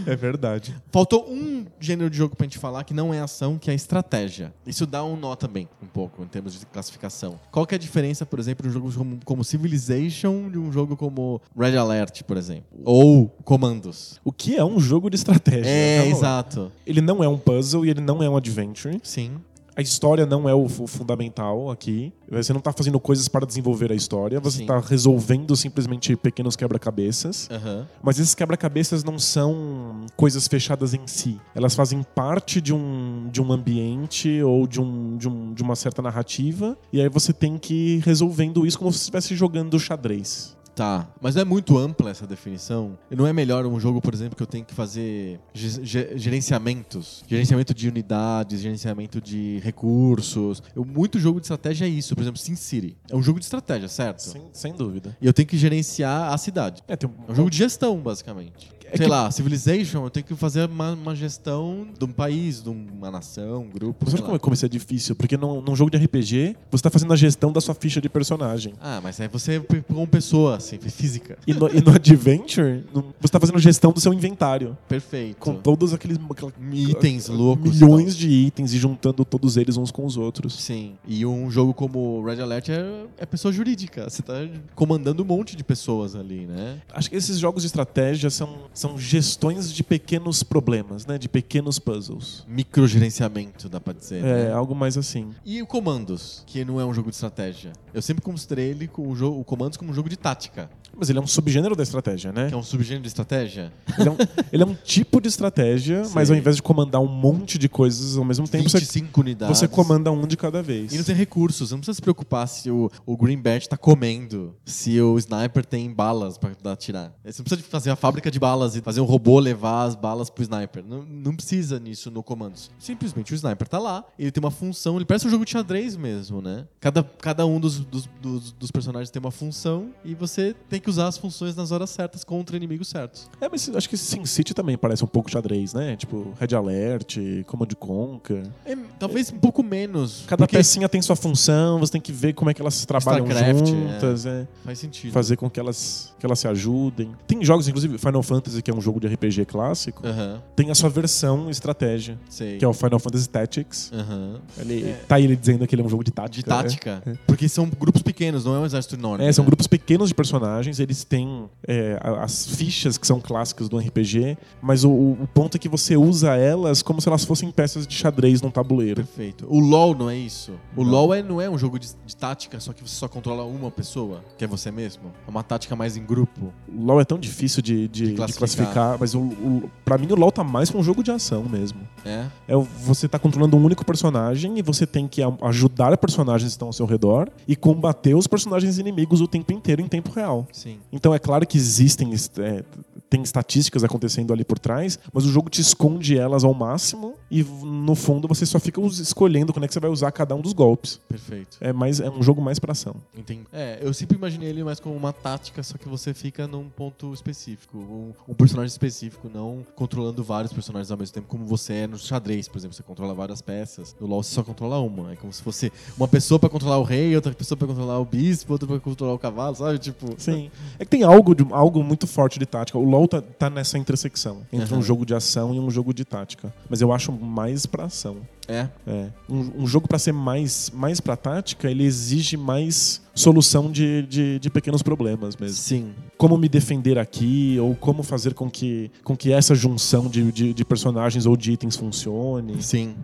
C: é verdade.
B: Faltou um gênero de jogo pra gente falar que não é ação, que é estratégia. Isso dá um nó também, um pouco, em termos de classificação. Qual que é a diferença, por exemplo, de um jogo como, como Civilization de um jogo como Red Alert, por exemplo? Ou Commandos.
C: O que é um jogo de estratégia?
B: É,
C: Tá bom.
B: exato.
C: Ele não é um puzzle e ele não é um adventure.
B: Sim.
C: A história não é o fu- fundamental aqui. Você não tá fazendo coisas para desenvolver a história. Você
B: Sim.
C: tá resolvendo simplesmente pequenos quebra-cabeças.
B: Aham.
C: Mas esses quebra-cabeças não são coisas fechadas em si. Elas fazem parte de um, de um ambiente ou de, um, de, um- de uma certa narrativa. E aí você tem que ir resolvendo isso como se estivesse jogando xadrez.
B: Tá. Mas não é muito ampla essa definição? Não é melhor um jogo, por exemplo, que eu tenho que fazer ge- ge- gerenciamentos? Gerenciamento de unidades, gerenciamento de recursos. Eu, muito jogo de estratégia é isso. Por exemplo, SimCity. É um jogo de estratégia, certo?
C: Sem, sem dúvida.
B: E eu tenho que gerenciar a cidade.
C: É, tem
B: É um jogo de gestão, basicamente.
C: É
B: Sei
C: que-
B: lá, Civilization, eu tenho que fazer uma, uma gestão de um país, de uma nação, um grupo.
C: Você
B: Sei
C: sabe como,
B: lá.
C: é- como isso é difícil? Porque num, num jogo de RPG, você tá fazendo a gestão da sua ficha de personagem.
B: Ah, mas aí você é p- como pessoa, assim, física.
C: E no, e no Adventure, no- você tá fazendo gestão do seu inventário.
B: Perfeito.
C: Com todos aqueles aquela-
B: Itens loucos.
C: milhões de itens e juntando todos eles uns com os outros.
B: Sim. E um jogo como Red Alert é, é pessoa jurídica. Você tá comandando um monte de pessoas ali, né?
C: Acho que esses jogos de estratégia são, são gestões de pequenos problemas, né? De pequenos puzzles.
B: Microgerenciamento, dá pra dizer.
C: É,
B: né?
C: algo mais assim.
B: E o Commandos, que não é um jogo de estratégia. Eu sempre considerei ele com o, jogo, o Commandos como um jogo de tática,
C: Mas ele é um subgênero da estratégia, né?
B: que é um subgênero de estratégia.
C: Ele é um, ele é um tipo de estratégia, mas
B: Sim.
C: ao invés de comandar um monte de coisas ao mesmo tempo, um você,
B: 25 unidades.
C: você comanda um de cada vez.
B: E não tem recursos, você não precisa se preocupar se o, o Greenbat tá comendo, se o sniper tem balas pra dar- atirar. Você não precisa de fazer a fábrica de balas e fazer um robô levar as balas pro sniper. Não, não precisa nisso no comandos. Simplesmente o sniper tá lá, ele tem uma função, ele parece um jogo de xadrez mesmo, né? Cada, cada um dos, dos, dos- dos personagens tem uma função e você tem que usar as funções nas horas certas contra inimigos certos.
C: É, mas acho que Sin City também parece um pouco xadrez, né? Tipo, Red Alert, Command Conquer.
B: É, talvez um pouco menos.
C: Cada
B: porque
C: pecinha tem sua função, você tem que ver como é que elas trabalham
B: StarCraft,
C: juntas, é.
B: faz sentido.
C: fazer com que elas, que elas se ajudem. Tem jogos, inclusive Final Fantasy, que é um jogo de RPG clássico,
B: Aham,
C: tem a sua versão estratégia,
B: sei.
C: que é o Final Fantasy Tactics.
B: Aham.
C: Ele, Tá aí ele dizendo que ele é um jogo de tática.
B: De
C: né?
B: tática. Porque são grupos pequenos, não é um exército enorme.
C: É, são
B: né?
C: grupos pequenos de personagens, eles têm é, a- as fichas que são clássicas do RPG, mas o, o ponto é que você usa elas como se elas fossem peças de xadrez num tabuleiro.
B: Perfeito. O LoL não é isso. O
C: Não.
B: LoL é, não é um jogo de, de tática, só que você só controla uma pessoa, que é você mesmo. É uma tática mais em grupo.
C: O LoL é tão difícil de, de-
B: De
C: de
B: classificar,
C: classificar. mas o, o, pra mim o LoL tá mais pra um jogo de ação mesmo.
B: É.
C: É, o- você tá controlando um único personagem e você tem que a- ajudar personagens que estão ao seu redor e combater os personagens inimigos o tempo inteiro em tempo real.
B: Sim.
C: Então é claro que existem est- é, tem estatísticas acontecendo ali por trás, mas o jogo te esconde elas ao máximo e v- no fundo você só fica us- escolhendo quando é que você vai usar cada um dos golpes.
B: Perfeito.
C: É mais é um jogo mais pra ação.
B: Entendi. É, eu sempre imaginei ele mais como uma tática, só que você fica num ponto específico, um, um personagem específico, não controlando vários personagens ao mesmo tempo, como você é no xadrez, por exemplo. Você controla várias peças. No LoL você só controla uma. É como se fosse uma pessoa pra controlar o rei, outra pessoa pra controlar o bispo, outra pra controlar o cavalo, sabe? Tipo.
C: Sim. É que tem algo, de- algo muito forte de tática. O LoL tá, tá nessa intersecção entre
B: Aham.
C: um jogo de ação e um jogo de tática, mas eu acho mais pra ação.
B: É.
C: É. Um, um jogo pra ser mais, mais pra tática, ele exige mais solução de, de, de pequenos problemas mesmo.
B: Sim.
C: Como me defender aqui, ou como fazer com que, com que essa junção de, de, de personagens ou de itens funcione.
B: Sim.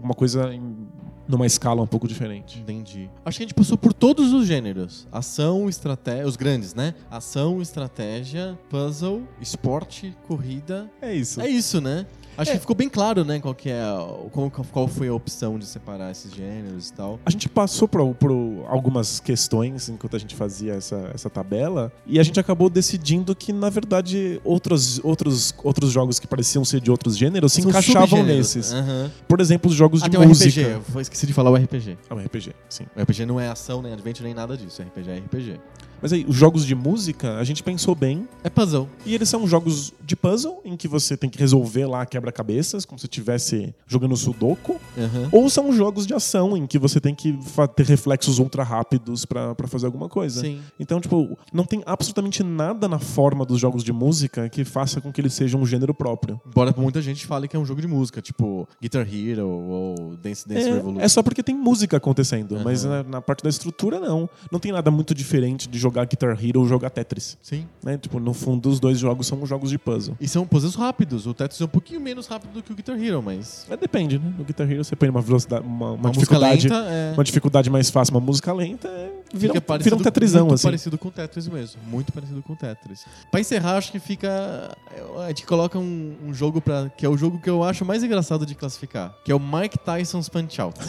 C: Uma coisa em- numa escala um pouco diferente.
B: Entendi. Acho que a gente passou por todos os gêneros. Ação, estratégia, os grandes, né? Ação, estratégia, puzzle, esporte, corrida.
C: É isso.
B: É isso, né? Acho
C: É.
B: que ficou bem claro, né, qual que é, a- qual, qual foi a opção de separar esses gêneros e tal.
C: A gente passou por, por algumas questões enquanto a gente fazia essa, essa tabela e a gente acabou decidindo que, na verdade, outros, outros, outros jogos que pareciam ser de outros gêneros se
B: São
C: encaixavam
B: subgêneros. é.
C: nesses.
B: Aham.
C: Por exemplo, os jogos
B: Ah,
C: de
B: tem o RPG.
C: música.
B: Eu vou- esqueci de falar o RPG.
C: Ah, um RPG, sim.
B: O RPG não é ação, nem adventure, nem nada disso. RPG é RPG.
C: Mas aí, os jogos de música, a gente pensou bem
B: É puzzle.
C: E eles são jogos de puzzle em que você tem que resolver lá quebra-cabeças, como se estivesse jogando
B: Uhum.
C: sudoku.
B: Aham.
C: Ou são jogos de ação em que você tem que fa- ter reflexos ultra rápidos pra pra fazer alguma coisa.
B: Sim.
C: Então, tipo, não tem absolutamente nada na forma dos jogos de música que faça com que eles sejam um gênero próprio.
B: Embora muita gente fale que é um jogo de música, tipo Guitar Hero ou Dance Dance Revolution.
C: É, é só porque tem música acontecendo,
B: Aham.
C: mas na, na parte da estrutura, não. Não tem nada muito diferente de jogar Guitar Hero ou jogar Tetris.
B: Sim.
C: Né? Tipo, no fundo, os dois jogos são jogos de puzzle.
B: E são puzzles rápidos. O Tetris é um pouquinho menos rápido do que o Guitar Hero, mas.
C: É, depende, né? No Guitar Hero você põe uma velocidade, uma, uma
B: Uma, música
C: dificuldade,
B: lenta é.
C: uma dificuldade mais fácil, uma música lenta, é, vira,
B: fica
C: um, vira um tetrisão,
B: muito
C: assim.
B: parecido com o Tetris mesmo. Muito parecido com o Tetris. Pra encerrar, acho que fica. A gente coloca um, um jogo pra, que é o jogo que eu acho mais engraçado de classificar, que é o Mike Tyson's Punch Out.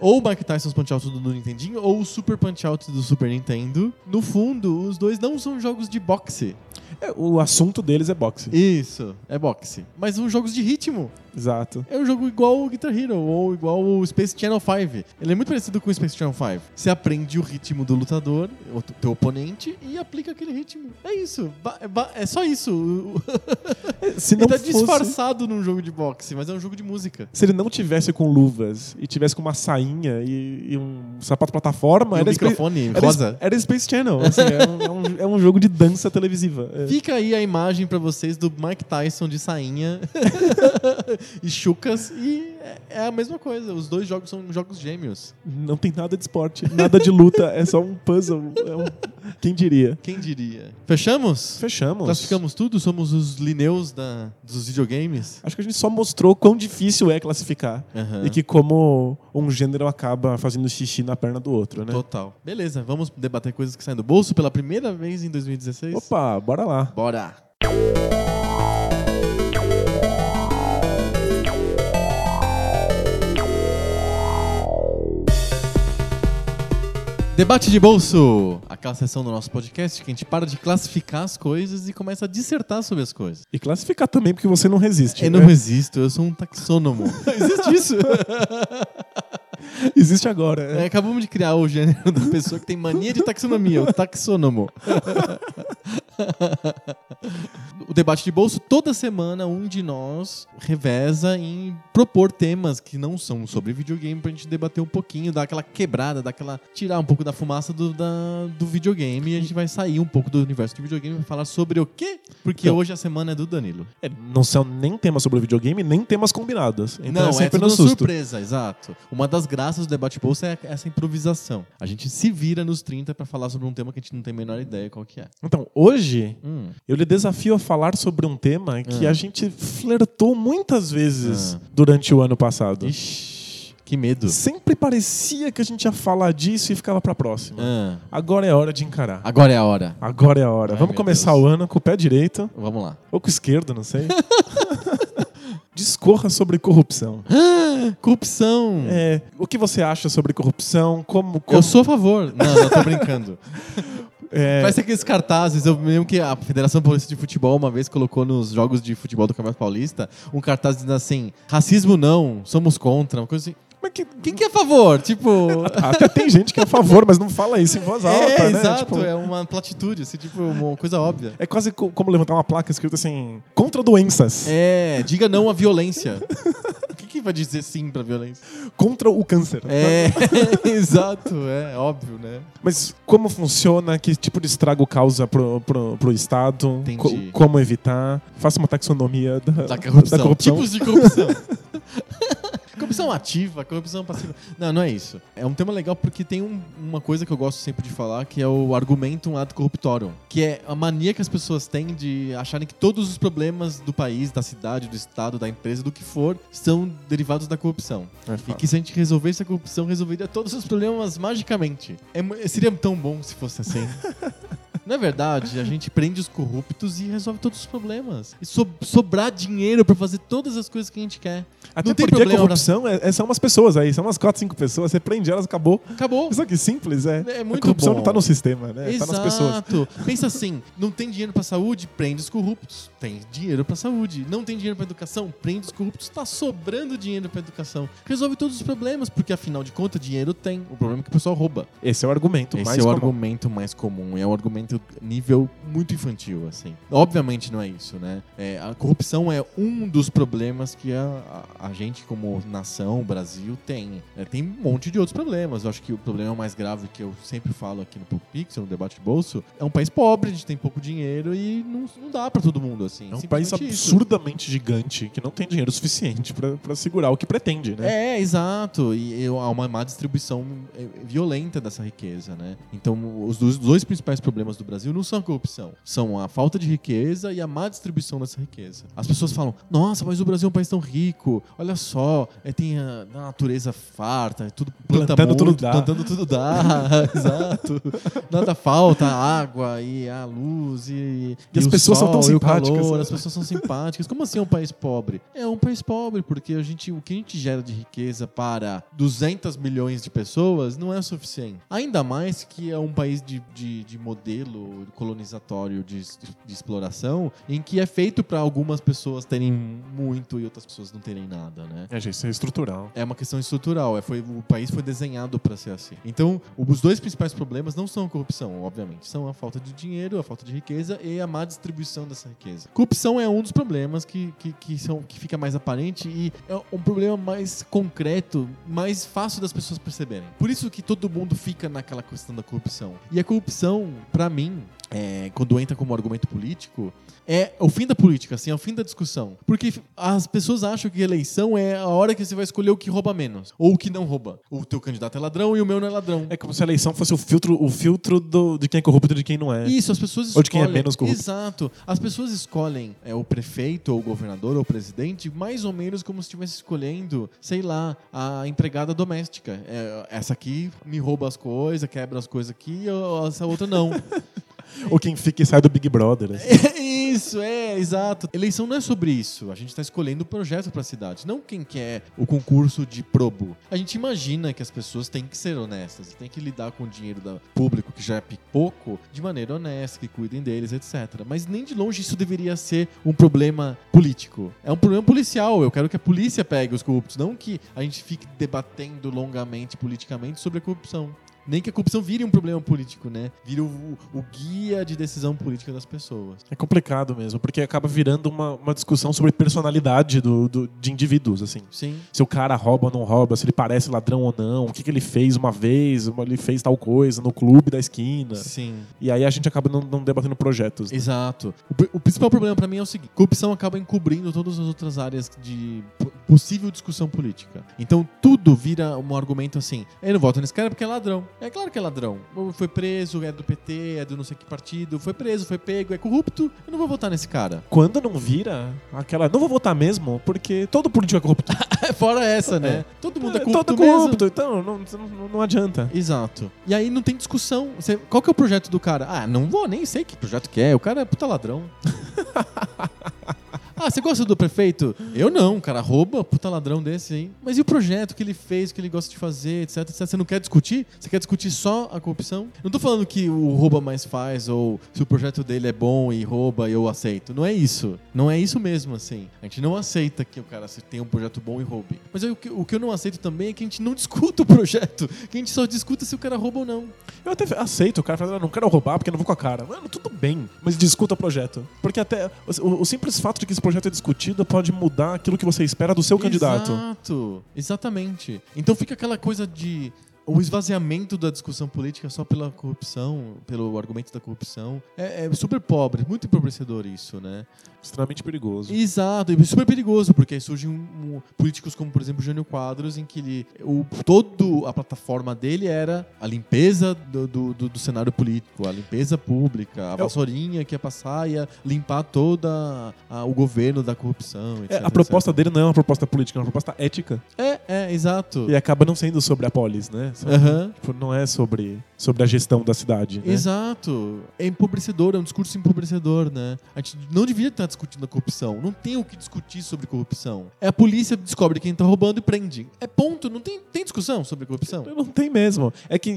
B: ou o Mike Tyson's Punch Out do Nintendinho, ou o Super Punch Out do Super Nintendo. No fundo, os dois não são jogos de boxe.
C: É, o assunto deles é boxe.
B: Isso, é boxe. Mas são jogos de ritmo.
C: Exato.
B: É um jogo igual o Guitar Hero ou igual o Space Channel 5. Ele é muito parecido com o Space Channel 5. Você aprende o ritmo do lutador, o t- teu oponente, e aplica aquele ritmo. É isso. Ba- é ba- é só isso. O- o-
C: É, Se
B: Ele
C: não
B: tá
C: fosse-
B: disfarçado num jogo de boxe, mas é um jogo de música.
C: Se ele não tivesse com luvas e tivesse com uma sainha e, e um sapato plataforma,
B: E
C: era,
B: um
C: Spa-
B: microfone
C: era,
B: rosa.
C: era Space Channel. assim, é, um, é um- é um jogo de dança televisiva. É.
B: Fica aí a imagem pra vocês do Mike Tyson de sainha e chucas. E é- é a mesma coisa. Os dois jogos são jogos gêmeos.
C: Não tem nada de esporte, nada de luta, é só um puzzle. é um- Quem diria?
B: Quem diria? Fechamos?
C: Fechamos.
B: Classificamos tudo? Somos os lineus da, dos videogames?
C: Acho que a gente só mostrou quão difícil é classificar.
B: Aham.
C: E que como um gênero acaba fazendo xixi na perna do outro, né?
B: Total. Beleza, vamos debater coisas que saem do bolso pela primeira vez em 2016?
C: Opa, bora lá.
B: Bora! Debate de bolso! Aquela sessão do nosso podcast que a gente para de classificar as coisas e começa a dissertar sobre as coisas.
C: E classificar também, porque você não resiste.
B: Eu
C: né?
B: não resisto, eu sou um taxônomo. Existe isso?
C: Existe agora.
B: É, acabamos de criar o gênero da pessoa que tem mania de taxonomia, o taxônomo. o debate de bolso, toda semana um de nós reveza em propor temas que não são sobre videogame pra gente debater um pouquinho, dar aquela quebrada, dar aquela. tirar um pouco da fumaça do, da- do videogame e a gente vai sair um pouco do universo do videogame e falar sobre o quê? Porque
C: Não.
B: hoje a semana é do Danilo.
C: É, não são nem temas sobre videogame, nem temas combinados. Então
B: não,
C: é
B: é,
C: sempre
B: tudo
C: no susto.
B: surpresa, exato. Uma das graças do debate bolsa é essa improvisação. A gente se vira nos 30 pra falar sobre um tema que a gente não tem a menor ideia qual que é.
C: Então, hoje,
B: Hum.
C: eu lhe desafio a falar sobre um tema que
B: Ah.
C: a gente flertou muitas vezes
B: Ah.
C: durante o ano passado.
B: Ixi, que medo.
C: Sempre parecia que a gente ia falar disso e ficava pra próxima.
B: Ah,
C: Agora é hora de encarar.
B: agora é a hora.
C: Agora é a hora.
B: Ai,
C: Vamos
B: meu
C: começar
B: Deus.
C: o ano com o pé direito.
B: Vamos lá.
C: Ou com o esquerdo, não sei. Discorra sobre corrupção.
B: Corrupção.
C: É, o que você acha sobre corrupção? Como. como
B: Eu sou a favor. Não, não, tô brincando.
C: é,
B: Parece aqueles cartazes. Eu lembro que a Federação Paulista de Futebol uma vez colocou nos jogos de futebol do Campeonato Paulista um cartaz dizendo assim: racismo não, somos contra. Uma coisa assim.
C: mas que-
B: Quem que é a favor? Tipo.
C: Até tem gente que é a favor, mas não fala isso em voz alta,
B: é,
C: né?
B: exato,
C: Tipo,
B: é uma platitude, assim, tipo, uma coisa óbvia.
C: é quase co- como levantar uma placa escrita assim: contra doenças,
B: É, diga não à violência. O que, que vai dizer sim pra violência?
C: contra o câncer.
B: É, exato, é óbvio, né?
C: Mas como funciona? Que tipo de estrago causa pro, pro, pro Estado?
B: Entendi.
C: como evitar? Faça uma taxonomia da,
B: Da corrupção. Tipo,
C: da corrupção.
B: Tipos de corrupção. Corrupção Corrupção ativa, corrupção passiva. Não, não é isso. É um tema legal porque tem um- uma coisa que eu gosto sempre de falar, que é o argumentum ad corruptorum, que é a mania que as pessoas têm de acharem que todos os problemas do país, da cidade, do estado, da empresa, do que for, são derivados da corrupção.
C: É
B: E
C: fato.
B: que se a gente resolvesse a corrupção, resolveria todos os problemas magicamente. É mu- seria tão bom se fosse assim. Na verdade, a gente prende os corruptos e resolve todos os problemas. E so- sobrar dinheiro pra fazer todas as coisas que a gente quer.
C: Até
B: não tem
C: porque
B: problema, né?
C: a corrupção é- é- são umas pessoas aí, são umas 4, 5 pessoas, você prende elas, acabou.
B: Acabou.
C: Isso aqui simples, é.
B: É muito
C: a corrupção
B: bom.
C: não tá no sistema, né?
B: Exato.
C: Tá nas pessoas.
B: Pensa assim, não tem dinheiro pra saúde, prende os corruptos. Tem dinheiro pra saúde. Não tem dinheiro pra educação, prende os corruptos. Tá sobrando dinheiro pra educação. Resolve todos os problemas, porque afinal de contas, dinheiro tem. O problema é que o pessoal rouba.
C: Esse é o argumento
B: Esse
C: mais
B: é o
C: comum.
B: argumento mais comum. É um argumento nível muito infantil, assim. Obviamente não é isso, né? É, a corrupção é um dos problemas que a, a, a gente, como nação, Brasil, tem. É, tem um monte de outros problemas. Eu acho que o problema mais grave que eu sempre falo aqui no Pulp Pixel, no debate de bolso, é um país pobre, a gente tem pouco dinheiro e não, não dá pra todo mundo, assim.
C: É um
B: Simplesmente
C: país
B: isso.
C: absurdamente gigante que não tem dinheiro suficiente pra pra segurar o que pretende, né?
B: É, exato. E eu- há uma má distribuição eh, violenta dessa riqueza, né? Então, os dois, dois principais problemas do Brasil não são a corrupção, são a falta de riqueza e a má distribuição dessa riqueza. As pessoas falam: nossa, mas o Brasil é um país tão rico, olha só, eh, tem a, a natureza farta, é tudo planta
C: Plantando
B: muito,
C: tudo dá."
B: plantando tudo dá, exato. Nada falta, a água e a luz e,
C: E as
B: o
C: pessoas são
B: sol,
C: tão
B: e o
C: simpáticas. né?
B: calor, as pessoas são simpáticas. Como assim é um país pobre? É um país pobre porque a gente, o que a gente gera de riqueza para 200 milhões de pessoas não é o suficiente. Ainda mais que é um país de, de, de modelo colonizatório de, es- de exploração em que é feito para algumas pessoas terem muito e outras pessoas não terem nada, né?
C: É, gente, isso é estrutural.
B: É uma questão estrutural. É, foi, o país foi desenhado para ser assim. Então, os dois principais problemas não são a corrupção, obviamente. São a falta de dinheiro, a falta de riqueza e a má distribuição dessa riqueza. Corrupção é um dos problemas que, que, que, são, que fica mais aparente e é um problema mais concreto, mais fácil das pessoas perceberem. Por isso que todo mundo fica naquela questão da corrupção. E a corrupção, para mim, é, quando entra como argumento político, é o fim da política, assim, é o fim da discussão. Porque f- as pessoas acham que eleição é a hora que você vai escolher o que rouba menos, ou o que não rouba. O teu candidato é ladrão e o meu não é ladrão.
C: É como se a eleição fosse o filtro, o filtro do, de quem é corrupto e de quem não é.
B: Isso, as pessoas escolhem.
C: Ou de quem é menos corrupto.
B: Exato. As pessoas escolhem é, o prefeito, ou o governador, ou o presidente, mais ou menos como se estivesse escolhendo, sei lá, a empregada doméstica. É, essa aqui me rouba as coisas, quebra as coisas aqui, ou essa outra não.
C: Ou quem fica e sai do Big Brother. assim.
B: É isso, é, exato. Eleição não é sobre isso. A gente tá escolhendo o projeto pra cidade, não quem quer o concurso de probo. A gente imagina que as pessoas têm que ser honestas, têm que lidar com o dinheiro da público que já é pi- pouco de maneira honesta, que cuidem deles, etc. Mas nem de longe isso deveria ser um problema político. É um problema policial. Eu quero que a polícia pegue os corruptos, não que a gente fique debatendo longamente politicamente sobre a corrupção. Nem que a corrupção vire um problema político, né? Vire o, o guia de decisão política das pessoas.
C: É complicado mesmo, porque acaba virando uma, uma discussão sobre personalidade do, do- de indivíduos, assim.
B: Sim.
C: Se o cara rouba ou não rouba, se ele parece ladrão ou não, o que, que ele fez uma vez, uma- ele fez tal coisa no clube da esquina.
B: Sim.
C: E aí a gente acaba não, não debatendo projetos.
B: Exato. O, pri- o principal problema pra mim é o seguinte: corrupção acaba encobrindo todas as outras áreas de po- possível discussão política. Então tudo vira um argumento assim: eu não voto nesse cara porque é ladrão. É claro que é ladrão. Foi preso, é do PT, é do não sei que partido, foi preso, foi pego, é corrupto. Eu não vou votar nesse cara.
C: Quando não vira, aquela. Não vou votar mesmo, porque todo político é corrupto.
B: Fora essa, né? Todo mundo é corrupto.
C: todo
B: mesmo.
C: corrupto, então não, não, não adianta.
B: Exato. E aí não tem discussão. Você- qual que é o projeto do cara? Ah, não vou, nem sei que projeto que é. O cara é puta ladrão. ah, você gosta do prefeito? Eu não, cara. Rouba, puta ladrão desse aí. Mas e o projeto que ele fez, que ele gosta de fazer, etc, etc? Você não quer discutir? Você quer discutir só a corrupção? Não tô falando que o rouba mais faz ou se o projeto dele é bom e rouba e eu aceito. Não é isso. Não é isso mesmo, assim. A gente não aceita que o cara se- tenha um projeto bom e roube. Mas aí o que, o que eu não aceito também é que a gente não discuta o projeto. Que a gente só discuta se o cara rouba ou não.
C: Eu até aceito o cara fala, "Ah, não quero roubar porque eu não vou com a cara. Mano, tudo bem, mas discuta o projeto. Porque até o, o simples fato de que esse projeto é discutido pode mudar aquilo que você espera do seu candidato.
B: Exato, exatamente. Então fica aquela coisa de. o esvaziamento da discussão política só pela corrupção, pelo argumento da corrupção, é, é super pobre, muito empobrecedor isso, né?
C: Extremamente perigoso.
B: Exato, e super perigoso, porque aí surgem um- um- políticos como, por exemplo, Jânio Quadros, em que ele, o, toda a plataforma dele era a limpeza do, do, do- do cenário político, a limpeza pública, a
C: o-
B: vassourinha que ia passar ia limpar toda a- o governo da corrupção, etc.
C: É, a proposta dele não é uma proposta política, é uma proposta ética.
B: etc. É, é, exato.
C: E acaba não sendo sobre a polis, né? Sobre-
B: Aham.
C: tipo, não é sobre, sobre a gestão da cidade. Né?
B: Exato. É empobrecedor, é um discurso empobrecedor, né? A gente não devia estar discutindo a corrupção. Não tem o que discutir sobre corrupção. É a polícia descobre quem tá roubando e prende. É ponto, não tem, tem discussão sobre corrupção.
C: Então, Não tem mesmo. É que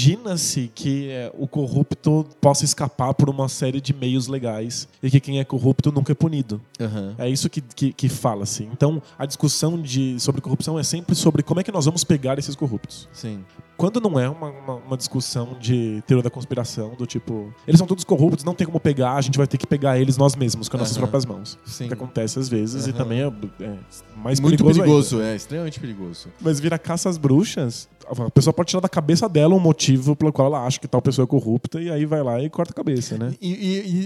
C: imagina-se que é, o corrupto possa escapar por uma série de meios legais e que quem é corrupto nunca é punido.
B: Aham.
C: É isso que, que, que fala-se. Então, a discussão de, sobre corrupção é sempre sobre como é que nós vamos pegar esses corruptos.
B: Sim.
C: Quando não é uma, uma, uma discussão de teoria da conspiração, do tipo, eles são todos corruptos, não tem como pegar, a gente vai ter que pegar eles nós mesmos, com as nossas
B: Aham.
C: próprias mãos.
B: Sim.
C: Que acontece às vezes e
B: Aham.
C: também é, é mais
B: Muito
C: perigoso. ainda.
B: perigoso, é extremamente perigoso.
C: Mas vira caça às bruxas. A pessoa pode tirar da cabeça dela um motivo pelo qual ela acha que tal pessoa é corrupta e aí vai lá e corta a cabeça, né?
B: E,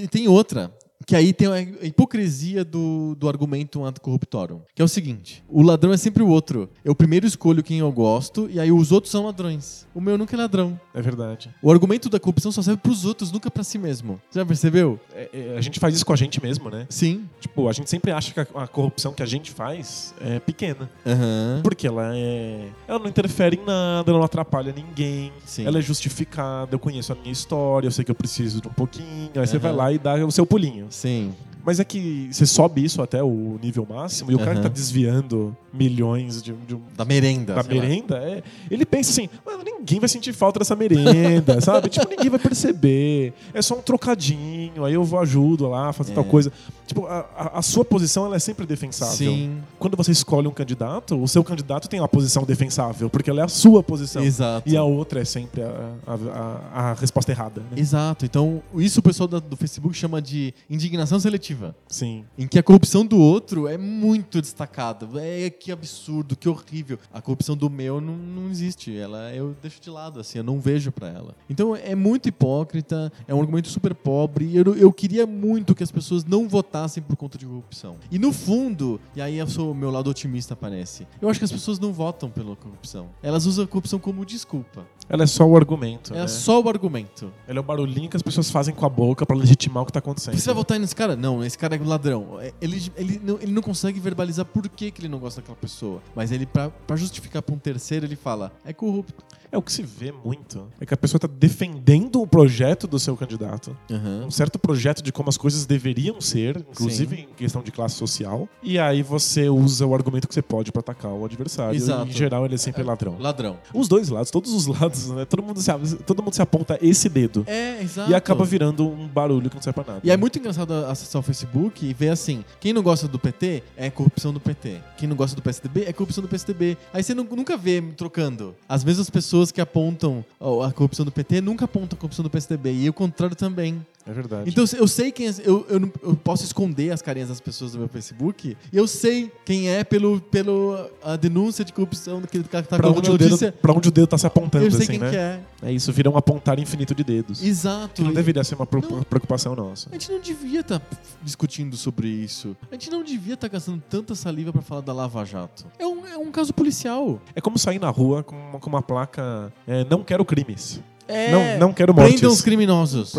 B: e- e tem outra, que aí tem a hipocrisia do, do argumento ad corruptorum, que é o seguinte: o ladrão é sempre o outro. Eu primeiro escolho quem eu gosto e aí os outros são ladrões. O meu nunca é ladrão.
C: É verdade.
B: O argumento da corrupção só serve pros outros, nunca pra si mesmo. Já percebeu?
C: É- é, a gente faz isso com a gente mesmo, né?
B: Sim.
C: Tipo, a gente sempre acha que a, a corrupção que a gente faz é pequena.
B: Aham.
C: Porque ela é. Ela não interfere em nada, ela não atrapalha ninguém.
B: Sim.
C: Ela é justificada, eu conheço a minha história, eu sei que eu preciso de um pouquinho. Aí você
B: Aham.
C: vai lá e dá o seu pulinho.
B: Sim.
C: Mas é que você sobe isso até o nível máximo e o cara que
B: Aham.
C: tá desviando milhões de, de um
B: Da merenda.
C: da
B: sei lá.
C: merenda, é. Ele pensa assim, mano, ninguém vai sentir falta dessa merenda, sabe? Tipo, ninguém vai perceber. É só um trocadinho, aí eu vou ajudo lá, a fazer
B: É.
C: tal coisa. Tipo, a, a- a sua posição ela é sempre defensável.
B: Sim.
C: Quando você escolhe um candidato, o seu candidato tem uma posição defensável, porque ela é a sua posição.
B: Exato.
C: E a outra é sempre a, a- a- a resposta errada. né?
B: Exato. Então, isso o pessoal da- do Facebook chama de indignação seletiva.
C: Sim.
B: Em que a corrupção do outro é muito destacada. É que absurdo, que horrível. A corrupção do meu não, não existe. Ela eu deixo de lado, assim, eu não vejo pra ela. Então é muito hipócrita, é um argumento super pobre. Eu, eu queria muito que as pessoas não votassem por conta de corrupção. E no fundo, e aí eu sou- o meu lado otimista aparece. Eu acho que as pessoas não votam pela corrupção. Elas usam a corrupção como desculpa.
C: Ela é só o argumento.
B: É
C: né?
B: só o argumento.
C: Ela é o barulhinho que as pessoas fazem com a boca pra legitimar o que tá acontecendo.
B: Você vai votar nesse cara? Não, esse cara é ladrão. É, Ele, ele, não, ele não consegue verbalizar por que, que ele não gosta daquela pessoa. Mas ele, pra, pra justificar pra um terceiro, ele fala: é corrupto.
C: É o que se vê muito. É que a pessoa tá defendendo o projeto do seu candidato. um certo projeto de como as coisas deveriam ser, inclusive em questão de classe social, e aí você usa o argumento que você pode pra atacar o adversário.
B: Exato.
C: E, em geral, ele é sempre ladrão.
B: Ladrão.
C: Os dois lados, todos os lados, né? Todo mundo se, todo mundo se aponta esse dedo.
B: É, exato.
C: E acaba virando um barulho que não serve pra nada.
B: E é muito engraçado acessar o Facebook e ver assim: quem não gosta do PT é corrupção do PT. Quem não gosta do PSDB é corrupção do PSDB. Aí você nu- nunca vê trocando. As mesmas pessoas que apontam ó, a corrupção do PT nunca apontam a corrupção do PSDB. E o contrário também.
C: É verdade.
B: Então eu sei quem. Eu, eu, não- eu posso esconder as carinhas das pessoas do meu Facebook e eu sei quem é pelo, pelo a denúncia de corrupção daquele cara que tá
C: pra
B: colocando
C: onde, o
B: notícia.
C: dedo, pra onde o dedo tá se apontando,
B: Eu sei
C: assim,
B: quem
C: né?
B: que é.
C: É isso, vira um apontar infinito de dedos.
B: Exato.
C: Que não deveria ser uma pro-
B: Não.
C: preocupação nossa.
B: A gente não devia estar discutindo sobre isso. A gente não devia estar gastando tanta saliva pra falar da Lava Jato. É um, é um caso policial.
C: É como sair na rua com uma, com uma placa é, não quero crimes.
B: É.
C: Não, não quero mortes.
B: Prendam os criminosos.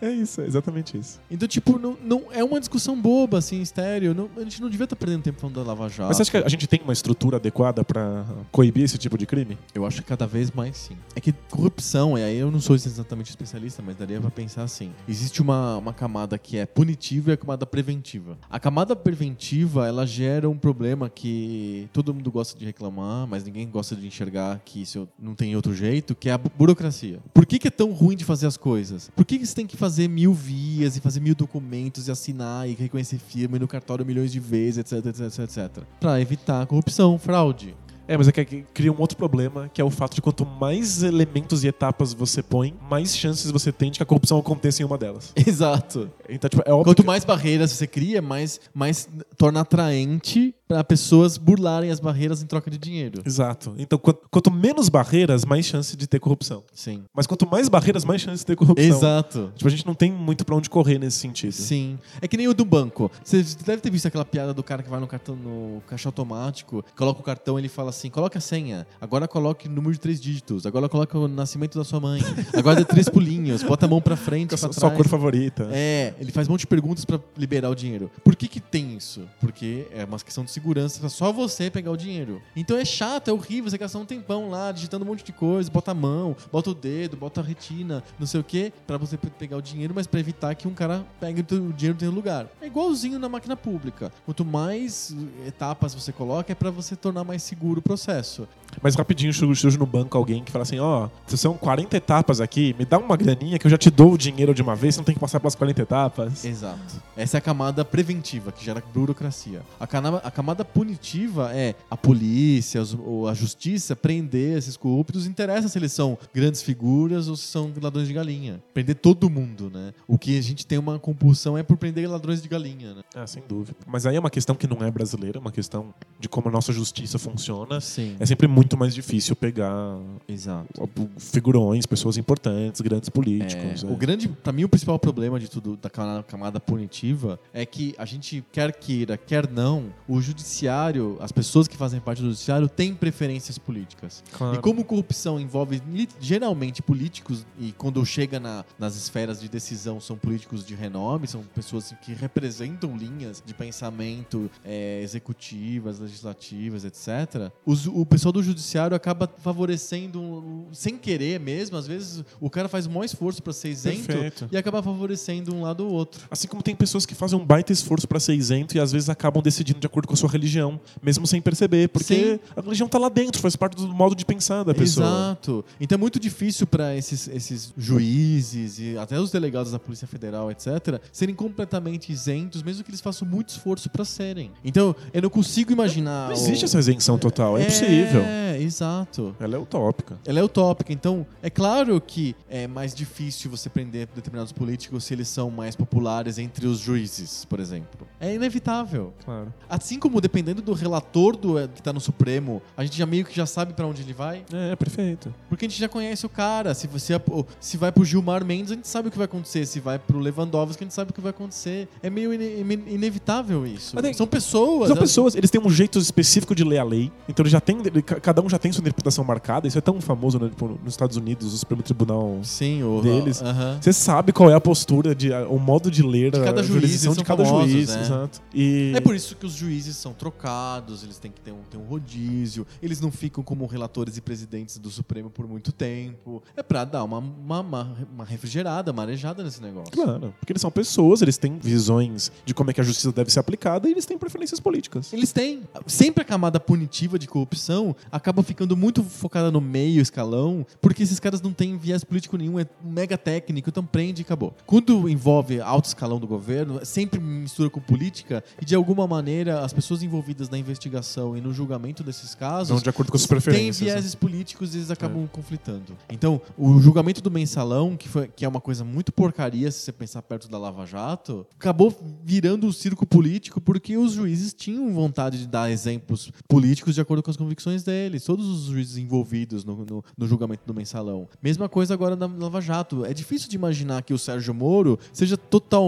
C: É isso, é exatamente isso.
B: Então, tipo, não, não, é uma discussão boba, assim, estéreo. Não- a gente não devia estar perdendo tempo falando da Lava Jato.
C: Mas você acha que a gente tem uma estrutura adequada pra coibir esse tipo de crime?
B: Eu acho que cada vez mais sim. É que corrupção, e aí eu não sou exatamente especialista, mas daria pra pensar assim: existe uma, uma camada que é punitiva e a camada preventiva. A camada preventiva, ela gera um problema que todo mundo gosta de reclamar, mas ninguém gosta de enxergar que isso não tem outro jeito, que é a bu- burocracia. Por que, que é tão ruim de fazer as coisas? Por que, que você tem que fazer mil vias e fazer mil documentos e assinar e reconhecer firma e no cartório milhões de vezes, etc, etc, etc, etc? Pra evitar corrupção, fraude.
C: É, mas é que aqui cria um outro problema, que é o fato de quanto mais elementos e etapas você põe, mais chances você tem de que a corrupção aconteça em uma delas.
B: Exato.
C: Então, tipo, é óbvio
B: Quanto
C: que
B: mais barreiras você cria, mais, mais torna atraente para pessoas burlarem as barreiras em troca de dinheiro.
C: Exato. Então, quan- quanto menos barreiras, mais chance de ter corrupção.
B: Sim.
C: Mas quanto mais barreiras, mais chance de ter corrupção.
B: Exato.
C: Tipo, a gente não tem muito pra onde correr nesse sentido.
B: Sim. É que nem o do banco. Você deve ter visto aquela piada do cara que vai no cartão no caixa automático, coloca o cartão ele fala assim: coloca a senha, agora coloque o número de três dígitos, agora coloca o nascimento da sua mãe, agora dê três pulinhos, bota a mão pra frente,
C: Com
B: pra
C: a sua,
B: trás.
C: sua cor favorita.
B: É, ele faz um monte de perguntas pra liberar o dinheiro. Por que que tem isso? Porque é uma questão de segurança pra só você pegar o dinheiro. Então é chato, é horrível, você gastar um tempão lá digitando um monte de coisa, bota a mão, bota o dedo, bota a retina, não sei o quê, pra você pe- pegar o dinheiro, mas pra evitar que um cara pegue o teu- o dinheiro do teu lugar. É igualzinho na máquina pública. Quanto mais eh, etapas você coloca, é pra você tornar mais seguro o processo.
C: Mas rapidinho surge surge no banco alguém que fala assim: ó, são 40 etapas aqui, me dá uma graninha que eu já te dou o dinheiro de uma vez, você não tem que passar pelas 40 etapas.
B: Exato. Essa é a camada preventiva, que gera burocracia. A, cana- a camada punitiva é a polícia, os- ou a justiça prender esses corruptos. Interessa se eles são grandes figuras ou se são ladrões de galinha. Prender todo mundo, né? O que a gente tem uma compulsão é por prender ladrões de galinha, né?
C: Ah, sem dúvida. Mas aí é uma questão que não é brasileira, é uma questão de como a nossa justiça funciona.
B: Sim.
C: É sempre muito mais difícil pegar
B: Exato.
C: figurões, pessoas importantes, grandes
B: É,
C: políticos. né?
B: o grande, para mim, o principal problema de tudo da cama- camada punitiva é que a gente quer queira, quer não, o judiciário, as pessoas que fazem parte do judiciário têm preferências políticas.
C: Claro.
B: E como corrupção envolve li- geralmente políticos, e quando chega na- nas esferas de decisão são políticos de renome, são pessoas que representam linhas de pensamento eh, executivas, legislativas, etc., os- o pessoal do judiciário acaba favorecendo, um- sem querer mesmo, às vezes o cara faz o maior esforço para ser isento
C: Perfeito.
B: e acaba favorecendo um lado ou outro.
C: Assim como tem pessoas que fazem um baita esforço pra ser isento e às vezes acabam decidindo de acordo com a sua religião, mesmo sem perceber, porque
B: Sim.
C: a religião tá lá dentro, faz parte do modo de pensar da pessoa.
B: Exato. Então é muito difícil para esses, esses juízes e até os delegados da Polícia Federal, etc., serem completamente isentos, mesmo que eles façam muito esforço para serem. Então eu não consigo imaginar.
C: Não
B: o-
C: existe essa isenção total, é, impossível.
B: É, exato.
C: Ela é utópica.
B: Ela é utópica, então é claro que é mais difícil você prender determinados políticos se eles são mais populares entre os juízes, por exemplo. É inevitável.
C: Claro.
B: Assim como dependendo do relator do, que tá no Supremo, a gente já meio que já sabe pra onde ele vai.
C: É, perfeito.
B: Porque a gente já conhece o cara. Se você se vai pro Gilmar Mendes, a gente sabe o que vai acontecer. Se vai pro Lewandowski, a gente sabe o que vai acontecer. É meio ine- ine- inevitável isso.
C: Mas tem-
B: São pessoas. né?
C: São
B: elas-
C: pessoas, eles têm um jeito específico de ler a lei, então eles já têm, ele- ca- cada um já tem sua interpretação marcada, isso é tão famoso né, tipo, nos Estados Unidos, o Supremo Tribunal.
B: Sim, o...
C: Deles.
B: Aham.
C: Você sabe qual é a postura, de, a- o modo de ler
B: De cada
C: a
B: juiz,
C: jurisdição
B: eles
C: de
B: são
C: cada
B: famosos,
C: juiz,
B: né?
C: exato. E...
B: É por isso que os juízes são trocados, eles têm que ter um, ter um rodízio, eles não ficam como relatores e presidentes do Supremo por muito tempo. É pra dar uma, uma, uma- uma refrigerada, marejada nesse negócio.
C: Claro, porque eles são pessoas, eles têm visões de como é que a justiça deve ser aplicada e eles têm preferências políticas.
B: Eles têm. Sempre a camada punitiva de corrupção acaba ficando muito focada no meio escalão, porque esses caras não têm viés político nenhum, é mega técnico, então prende e acabou. Quando envolve alto escalão do governo, é sempre mistura com política e de alguma maneira as pessoas envolvidas na investigação e no julgamento desses
C: Não
B: casos
C: Então, de acordo com as
B: tem
C: preferências. né?
B: vieses políticos e eles acabam conflitando. Então, o julgamento do mensalão, que, foi, que é uma coisa muito porcaria se você pensar perto da Lava Jato, acabou virando um circo político porque os juízes tinham vontade de dar exemplos políticos de acordo com as convicções deles. Todos os juízes envolvidos no, no- no julgamento do mensalão. Mesma coisa agora na Lava Jato. É difícil de imaginar que o Sérgio Moro seja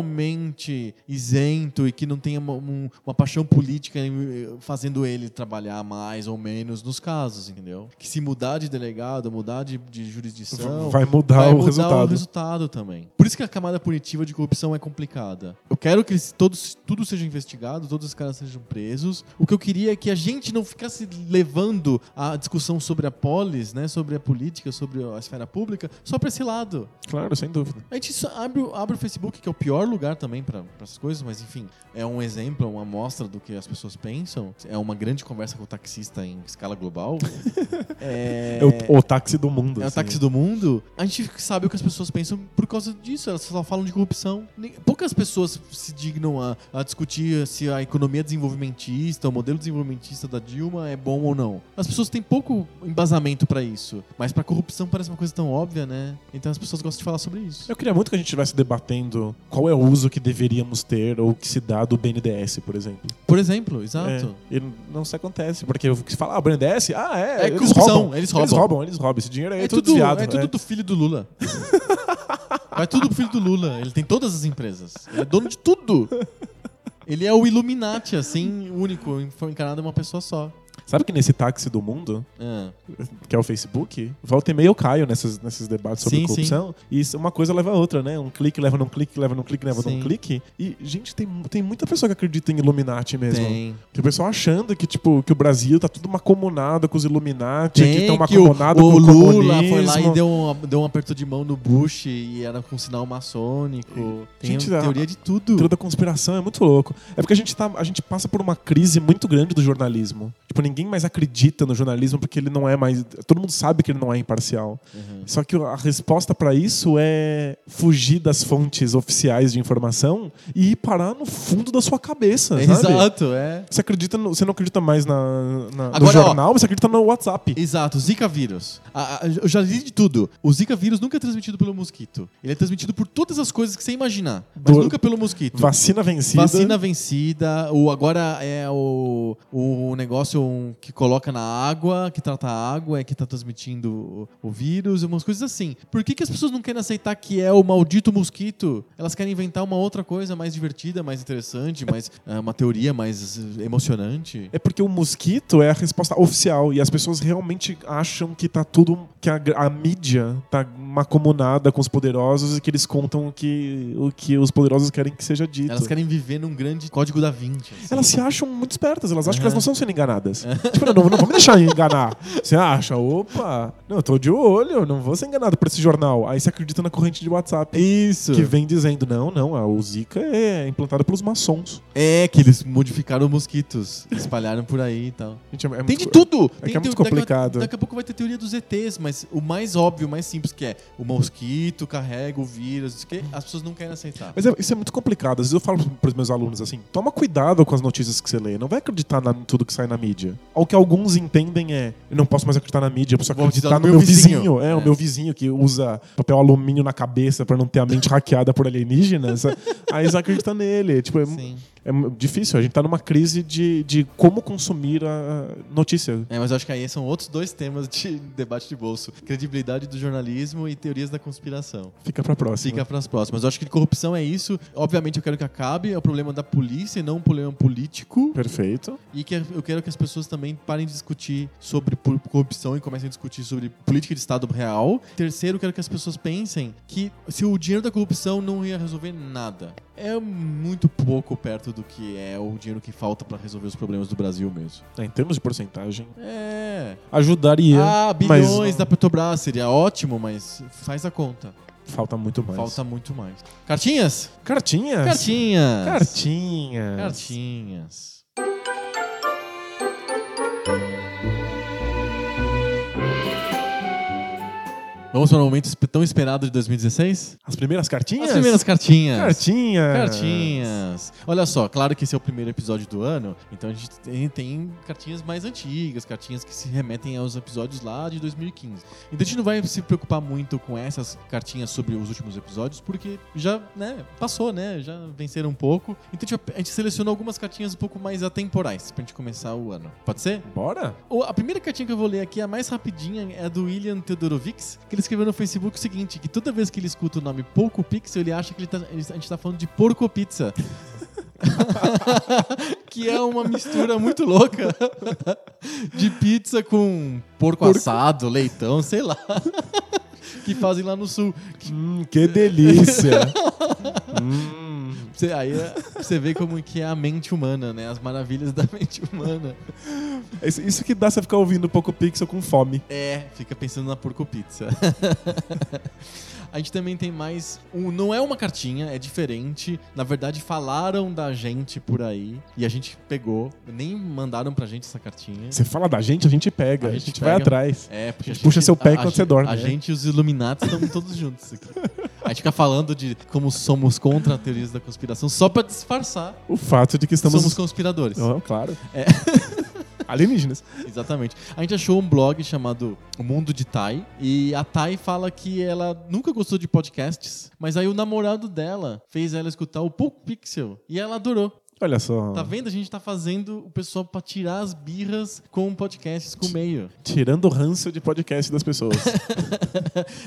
B: totalmente isento e que não tenha uma, um- uma paixão política em- eh, fazendo ele trabalhar mais ou menos nos casos, entendeu? Que se mudar de delegado, mudar de, de jurisdição.
C: Vai mudar,
B: vai
C: o resultado.
B: resultado também. Por isso que a camada punitiva de corrupção é complicada. Eu quero que eles- todos, tudo seja investigado, todos os caras sejam presos. O que eu queria é que a gente não ficasse levando a discussão sobre a polis, né, sobre a política, sobre a esfera pública, só pra esse lado.
C: Claro, sem dúvida.
B: A gente só abre, o- abre o Facebook, que é o pior lugar também pra pra essas coisas, mas enfim, é um exemplo, é uma amostra do que as pessoas pensam. É uma grande conversa com o taxista em escala global.
C: É, o, o táxi do mundo.
B: É o
C: assim.
B: táxi do mundo. A gente sabe o que as pessoas pensam por causa disso. Elas só falam de corrupção. Nem- Poucas pessoas se dignam a, a discutir se a economia desenvolvimentista, o modelo desenvolvimentista da Dilma é bom ou não. As pessoas têm pouco embasamento pra isso. Mas pra corrupção parece uma coisa tão óbvia, né? Então as pessoas gostam de falar sobre isso.
C: Eu queria muito que a gente estivesse é debatendo qual é o uso que deveríamos ter ou que se dá do BNDES, por exemplo.
B: Por exemplo, exato.
C: É, e não se acontece, porque eu falo, ah, o Brand S, ah, é.
B: É
C: eles
B: corrupção,
C: roubam,
B: eles roubam.
C: Eles roubam, eles roubam. Esse dinheiro aí é, tudo, desviado.
B: é tudo
C: né?
B: do filho do Lula. Vai tudo pro filho do Lula. Ele tem todas as empresas. Ele é dono de tudo. Ele é o Illuminati, assim, único, foi encarnado em uma pessoa só.
C: Sabe que nesse táxi do mundo,
B: Ah,
C: que é o Facebook, volta e meia eu caio nessas, nesses debates sobre
B: Sim,
C: corrupção. E isso- uma coisa leva a outra, né? Um clique leva num clique, leva num clique, leva
B: Sim.
C: num clique. E, gente, tem, tem muita pessoa que acredita em Illuminati mesmo.
B: tem.
C: Tem o pessoal achando que, tipo, que o Brasil tá tudo macomunado com os Illuminati, que estão
B: que o,
C: macomunado
B: o
C: com o
B: Lula
C: comunismo.
B: foi lá e deu um, deu um aperto de mão no Bush e era com sinal maçônico. Tem
C: Gente,
B: uma
C: a-
B: teoria de
C: A
B: tudo.
C: teoria da conspiração é muito louco. É porque a gente, tá, a gente passa por uma crise muito grande do jornalismo. Tipo, ninguém mais acredita no jornalismo porque ele não é mais. Todo mundo sabe que ele não é imparcial.
B: Uhum.
C: Só que a resposta pra isso é fugir das fontes oficiais de informação e ir parar no fundo da sua cabeça.
B: É,
C: sabe?
B: Exato, é.
C: Você, acredita no- você não acredita mais na, na- no
B: Agora, ó.
C: jornal, mas você acredita no WhatsApp.
B: Exato, Zika vírus. A- a- eu já li de tudo. O Zika vírus nunca é transmitido pelo mosquito. Ele é transmitido por todas as coisas que você imaginar, mas
C: Do-
B: nunca pelo mosquito.
C: Vacina vencida.
B: Vacina vencida, ou agora é o, o negócio um que coloca na água, que trata a água, é que tá transmitindo o, o vírus, umas coisas assim. Por que, que as pessoas não querem aceitar que é o maldito mosquito? Elas querem inventar uma outra coisa mais divertida, mais interessante, mais é, uma teoria mais eh, emocionante.
C: É porque o mosquito é a resposta oficial e as pessoas realmente acham que tá tudo que a, a mídia tá macomunada com os poderosos e que eles contam o que, o que os poderosos querem que seja dito.
B: Elas querem viver num grande código da Vinci. assim.
C: Elas se acham muito espertas, elas acham que
B: Aham.
C: elas não estão sendo enganadas.
B: É.
C: Tipo, não, não vou me deixar enganar. Você acha, opa, não, eu tô de olho, não vou ser enganado por esse jornal. Aí você acredita na corrente de WhatsApp.
B: Isso.
C: Que vem dizendo, não, não, a- o Zika é implantado pelos maçons.
B: É que eles modificaram mosquitos, espalharam por aí e tal.
C: Gente, é- é
B: Tem
C: muito-
B: de tudo!
C: é
B: Tem
C: que é
B: teo-
C: muito
B: daqui a-
C: complicado.
B: Daqui, a pouco vai ter teoria dos ETs, mas o mais óbvio, o mais simples que é o mosquito carrega o vírus, isso que as pessoas não querem aceitar.
C: Mas é- isso é muito complicado. Às vezes eu falo para os meus alunos assim: toma cuidado com as notícias que você lê. Não vai acreditar na- em tudo que sai na mídia. Ao que alguns entendem é: eu não posso mais acreditar na mídia, eu preciso
B: Vou
C: acreditar
B: acreditar
C: no,
B: no
C: meu
B: meu
C: vizinho.
B: vizinho.
C: É, o
B: É.
C: meu vizinho que usa papel alumínio na cabeça para não ter a mente hackeada por alienígenas. Aí você acredita nele. Tipo, é,
B: Sim.
C: é difícil. A gente tá numa crise de, de como consumir a notícia.
B: É, mas eu acho que aí são outros dois temas de debate de bolso: credibilidade do jornalismo e teorias da conspiração.
C: Fica pra próxima.
B: Fica pras próximas. Eu acho que corrupção é isso. Obviamente eu quero que acabe, é o problema da polícia e não um problema político.
C: Perfeito.
B: E que eu quero que as pessoas também parem de discutir sobre pu- corrupção e comecem a discutir sobre política de Estado real. Terceiro, eu quero que as pessoas pensem que se o dinheiro da corrupção não ia resolver nada. É muito pouco perto do que é o dinheiro que falta pra resolver os problemas do Brasil mesmo.
C: É, em termos de porcentagem,
B: É.
C: ajudaria.
B: ah,
C: mas-
B: bilhões da Petrobras seria ótimo, mas faz a conta.
C: Falta muito mais.
B: Falta muito mais. Cartinhas?
C: Cartinhas.
B: É. Cartinhas. É.
C: Cartinhas.
B: Cartinhas. Vamos para o momento esp- tão esperado de 2016?
C: As primeiras cartinhas?
B: As primeiras cartinhas.
C: cartinhas.
B: Cartinhas. Olha só, claro que esse é o primeiro episódio do ano, então a gente tem, tem cartinhas mais antigas, cartinhas que se remetem aos episódios lá de 2015. Então a gente não vai se preocupar muito com essas cartinhas sobre os últimos episódios, porque já, né, passou, né, já venceram um pouco. Então a gente, vai- a gente selecionou algumas cartinhas um pouco mais atemporais pra gente começar o ano. Pode ser?
C: Bora?
B: O- A primeira cartinha que eu vou ler aqui, a mais rapidinha, é a do William Todorovics, que ele escreveu no Facebook o seguinte, que toda vez que ele escuta o nome Porco Pixel, ele acha que ele tá- ele- a gente tá falando de Porco Pizza. que é uma mistura muito louca de pizza com porco, assado, leitão, sei lá. que fazem lá no sul.
C: Hum, que delícia. hum.
B: Cê- aí é- você vê como que é a mente humana, né? As maravilhas da mente humana.
C: Isso, isso que dá você ficar ouvindo Poco Pixel com fome.
B: É, fica pensando na porco pizza. A gente também tem mais um, não é uma cartinha, é diferente. Na verdade, falaram da gente por aí e a gente pegou, nem mandaram pra gente essa cartinha.
C: Você fala da gente, a gente pega.
B: A
C: A
B: gente
C: gente,
B: pega.
C: vai atrás.
B: É, porque
C: A gente puxa seu pé
B: a- a
C: enquanto
B: gente-
C: você dorme,
B: A
C: né?
B: gente e os Illuminati estamos todos juntos aqui. A gente fica falando de como somos contra teorias da conspiração só pra disfarçar.
C: O fato de que estamos...
B: Somos conspiradores.
C: Oh, claro.
B: É.
C: Alienígenas.
B: Exatamente. A gente achou um blog chamado O Mundo de Tai e a Tai fala que ela nunca gostou de podcasts, mas aí o namorado dela fez ela escutar o Pouco Pixel e ela adorou.
C: Olha só.
B: Tá vendo? A gente tá fazendo o pessoal pra tirar as birras com podcasts com o meio.
C: Tirando o ranço de podcast das pessoas.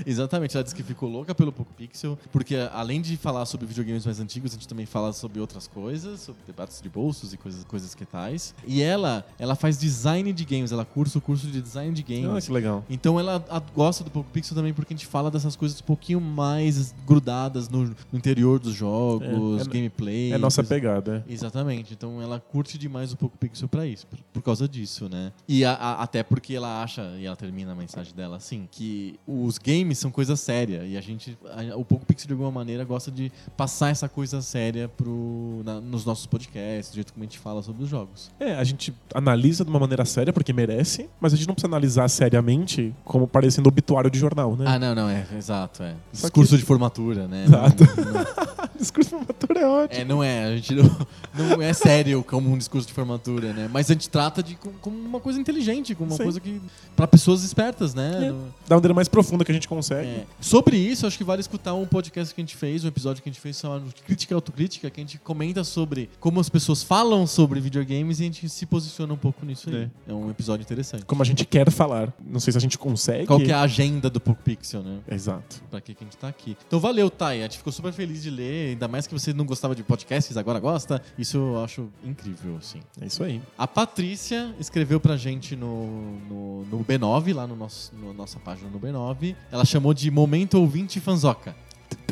B: Exatamente. Ela disse que ficou louca pelo Poco Pixel, porque além de falar sobre videogames mais antigos, a gente também fala sobre outras coisas, sobre debates de bolsos e coisas, coisas que tais. E ela, ela faz design de games, ela cursa o curso de design de
C: Ah,
B: games.
C: que legal.
B: Então ela a- gosta do Poco Pixel também porque a gente fala dessas coisas um pouquinho mais grudadas no, no interior dos jogos,
C: É, é-
B: gameplay.
C: É nossa
B: coisas-
C: pegada.
B: Exatamente. Então ela curte demais o Poco Pixel pra isso, por, por causa disso, né? E a- a- até porque ela acha, e ela termina a mensagem dela assim, que os games são coisa séria e a gente, a- o Poco Pixel de alguma maneira gosta de passar essa coisa séria pro, na- nos nossos podcasts, do jeito como a gente fala sobre os jogos.
C: É, a gente analisa de uma maneira séria, porque merece, mas a gente não precisa analisar seriamente como parecendo obituário de jornal, né?
B: Ah, não, não, é, exato, é.
C: Só
B: Discurso
C: que-
B: de formatura, né?
C: Exato.
B: Não- não-
C: Discurso formatura é ótimo.
B: É, não é. A gente não, não é sério como um discurso de formatura, né? Mas a gente trata de com- como uma coisa inteligente, como uma
C: Sim.
B: coisa que. para pessoas espertas, né?
C: É.
B: No-
C: Da maneira mais profunda que a gente consegue.
B: é. Sobre isso, acho que vale escutar um podcast que a gente fez, um episódio que a gente fez chamado Crítica e Autocrítica, que a gente comenta sobre como as pessoas falam sobre videogames e a gente se posiciona um pouco nisso aí. É, um episódio interessante.
C: Como a gente quer falar. Não sei se a gente consegue.
B: Qual que é a agenda do Poco Pixel, né?
C: Exato.
B: Pra que que a gente tá aqui. Então valeu, Thay. A gente ficou super feliz de ler, ainda mais que você não gostava de podcasts, agora gosta. Isso eu acho incrível, assim.
C: É isso aí.
B: A Patrícia escreveu pra gente no, no, no B9, lá no nosso, na nossa página no B9. Ela chamou de Momento Ouvinte Fanzoca.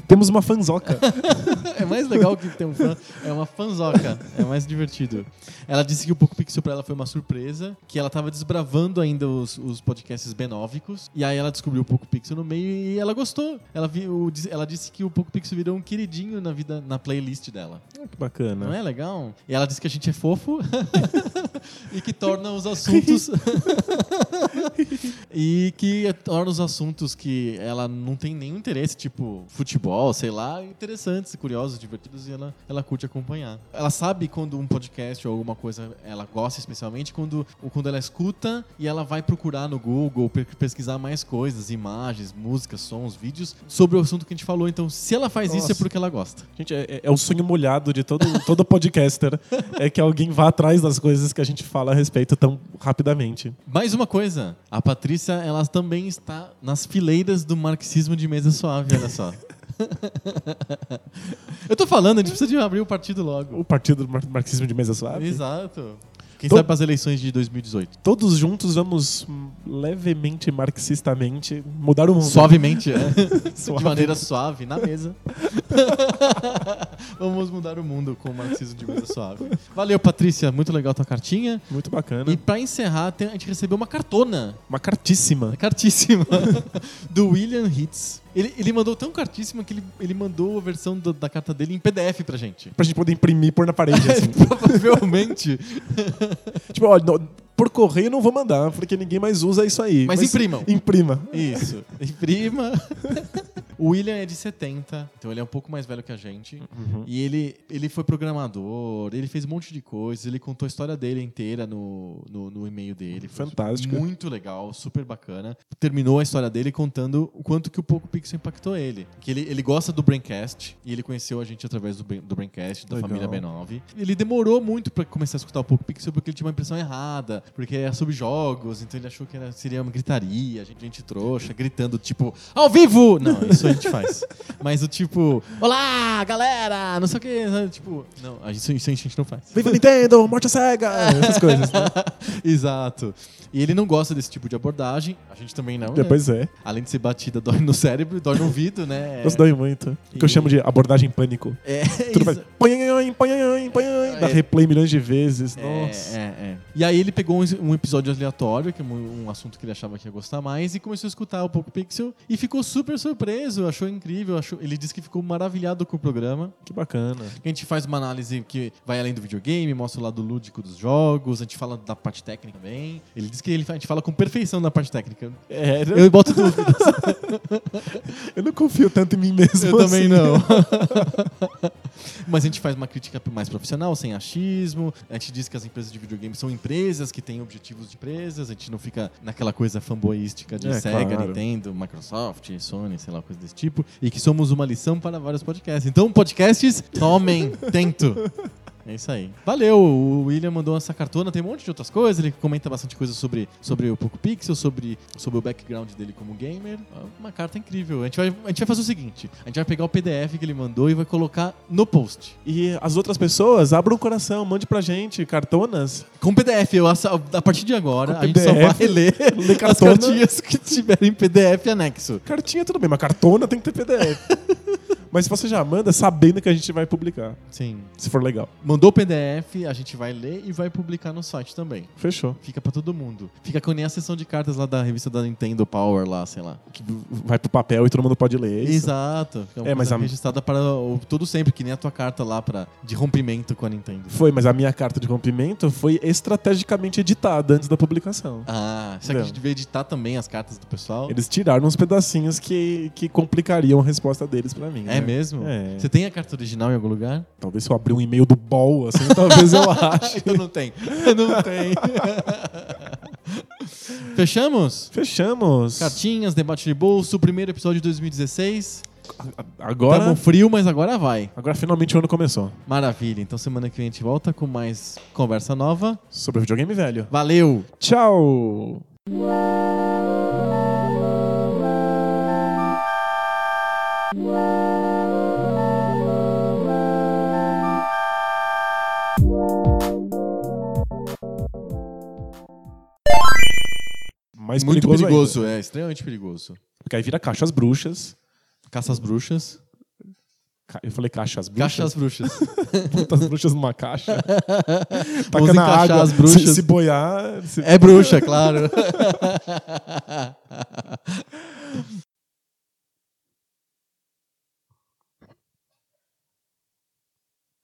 C: Temos uma fanzoca.
B: É mais legal que ter um fã, é uma fanzoca, é mais divertido. Ela disse que o Poco Pixel pra ela foi uma surpresa, que ela tava desbravando ainda os, os podcasts benóvicos, e aí ela descobriu o Poco Pixel no meio e ela gostou. Ela, viu, ela disse que o Poco Pixel virou um queridinho na vida na playlist dela.
C: que bacana.
B: Não é legal? E ela disse que a gente é fofo e que torna os assuntos. e que torna os assuntos que ela não tem nenhum interesse, tipo futebol, sei lá, interessantes, curiosos, divertidos e ela, ela curte acompanhar. Ela sabe quando um podcast ou alguma coisa ela gosta especialmente, quando, ou quando ela escuta e ela vai procurar no Google, pe- pesquisar mais coisas, imagens, músicas, sons, vídeos sobre o assunto que a gente falou. Então, se ela faz isso, é
C: Nossa.
B: porque ela gosta.
C: Gente, é, é- é o sonho molhado de todo, todo podcaster. É que alguém vá atrás das coisas que a gente fala a respeito tão rapidamente.
B: Mais uma coisa, a Patrícia ela também está nas fileiras do marxismo de mesa suave, olha só. Eu tô falando, a gente precisa de abrir o partido logo.
C: O partido do mar- marxismo de mesa suave.
B: Exato. Quem
C: Tô-
B: sabe para as eleições de 2018.
C: Todos juntos vamos hum, levemente marxistamente mudar o mundo.
B: Suavemente, é. de
C: Suave.
B: maneira suave, na mesa. Vamos mudar o mundo com o marxismo de mesa suave. Valeu, Patrícia, muito legal tua cartinha.
C: Muito bacana.
B: E pra encerrar, tem- a gente recebeu uma cartona
C: Uma cartíssima.
B: É Cartíssima. do William Hitz. Ele, ele mandou tão cartíssima que ele, ele mandou a versão do- da carta dele em PDF pra gente.
C: Pra gente poder imprimir e pôr na parede. assim.
B: Provavelmente.
C: tipo, olha, não- por correio eu não vou mandar, porque ninguém mais usa isso aí.
B: Mas imprimam.
C: Imprima.
B: Isso. Imprima. O William é de 70, então ele é um pouco mais velho que a gente. E ele, ele foi programador, ele fez um monte de coisas, ele contou a história dele inteira no, no, no e-mail dele. Foi
C: Fantástico.
B: Muito legal, super bacana. Terminou a história dele contando o quanto que o Poco Pixel impactou ele. Que ele, ele gosta do Braincast e ele conheceu a gente através do, Brain- do Braincast, da
C: Legal.
B: família B9. Ele demorou muito pra começar a escutar o Poco Pixel porque ele tinha uma impressão errada, porque era sobre jogos, então ele achou que era, seria uma gritaria, gente, gente trouxa, gritando tipo, ao vivo! Não, isso a gente faz. Mas o tipo, olá, galera, não sei o que, tipo, não, a gente- isso a gente não faz.
C: Viva Nintendo, morte a cega! Essas coisas. Né?
B: Exato. E ele não gosta desse tipo de abordagem. A gente também não. né?
C: Depois é.
B: Além de ser batida, dói no cérebro, dói no ouvido, né?
C: Isso dói muito. O que eu
B: E-
C: chamo de abordagem pânico.
B: É,
C: Tudo
B: isso.
C: bem. Panhanhan, panhanhan, panhanhan. Dá
B: É.
C: replay milhões de vezes.
B: É,
C: Nossa.
B: é, é. E aí ele pegou um, um episódio aleatório, que é um, um assunto que ele achava que ia gostar mais, e começou a escutar o Poco Pixel e ficou super surpreso, achou incrível, achou, ele disse que ficou maravilhado com o programa.
C: Que bacana.
B: A gente faz uma análise que vai além do videogame, mostra o lado lúdico dos jogos, a gente fala da parte técnica também. Ele disse que ele, a gente fala com perfeição da parte técnica.
C: É, eu,
B: Eu boto dúvida.
C: eu não confio tanto em mim mesmo.
B: Eu
C: assim.
B: também não. Mas a gente faz uma crítica mais profissional, sem achismo. A gente diz que as empresas de videogame são empresas que têm objetivos de empresas. A gente não fica naquela coisa fanboística de
C: É,
B: Sega,
C: claro.
B: Nintendo, Microsoft, Sony, sei lá, coisa desse tipo. E que somos uma lição para vários podcasts. Então, podcasts, tomem, tento. É isso aí. Valeu, o William mandou essa cartona, tem um monte de outras coisas, ele comenta bastante coisa sobre, sobre o Poco Pixel, sobre, sobre o background dele como gamer. Uma carta incrível. A gente, vai, a gente vai fazer o seguinte, a gente vai pegar o PDF que ele mandou e vai colocar no post.
C: E as outras pessoas, abram o coração, mande pra gente cartonas.
B: Com PDF, eu, ass- a partir de agora,
C: Com
B: a gente só
C: PDF,
B: vai ler
C: ler
B: as
C: cartona.
B: cartinhas que tiverem PDF anexo.
C: Cartinha tudo bem, mas cartona tem que ter PDF. mas você já manda sabendo que a gente vai publicar,
B: Sim.
C: se for legal.
B: Mandou o PDF, a gente vai ler e vai publicar no site também.
C: Fechou.
B: Fica pra todo mundo. Fica com nem a sessão de cartas lá da revista da Nintendo Power lá, sei lá.
C: Que vai pro papel e todo mundo pode ler. é isso?
B: Exato. Fica uma
C: É, mas
B: coisa
C: a-
B: registrada para o todo sempre, que nem a tua carta lá pra, de rompimento com a Nintendo.
C: Foi, mas a minha carta de rompimento foi estrategicamente editada antes da publicação.
B: Ah, será que a
C: Não.
B: gente devia editar também as cartas do pessoal?
C: Eles tiraram uns pedacinhos que, que complicariam a resposta deles pra mim.
B: É
C: né?
B: mesmo?
C: É.
B: Você tem a carta original em algum lugar?
C: Talvez se eu abrir um e-mail do Ball, assim, talvez eu ache.
B: então não tem. Não tem. Fechamos?
C: Fechamos.
B: Cartinhas, debate de bolso, primeiro episódio de 2016.
C: A- Agora,
B: Tamo frio, mas agora vai.
C: agora finalmente o ano começou.
B: Maravilha. Então semana que vem a gente volta com mais conversa nova.
C: Sobre o videogame velho.
B: Valeu!
C: Tchau! Mais
B: Muito
C: perigoso,
B: perigoso,
C: ainda.
B: é, extremamente perigoso.
C: Porque aí vira caixas bruxas.
B: Caça às bruxas.
C: Ca- Eu falei caixas bruxas.
B: Caixa às bruxas.
C: Putas bruxas numa caixa. Taca
B: Vamos
C: na
B: encaixar
C: água.
B: as bruxas.
C: Se, se boiar. se-
B: é bruxa, claro.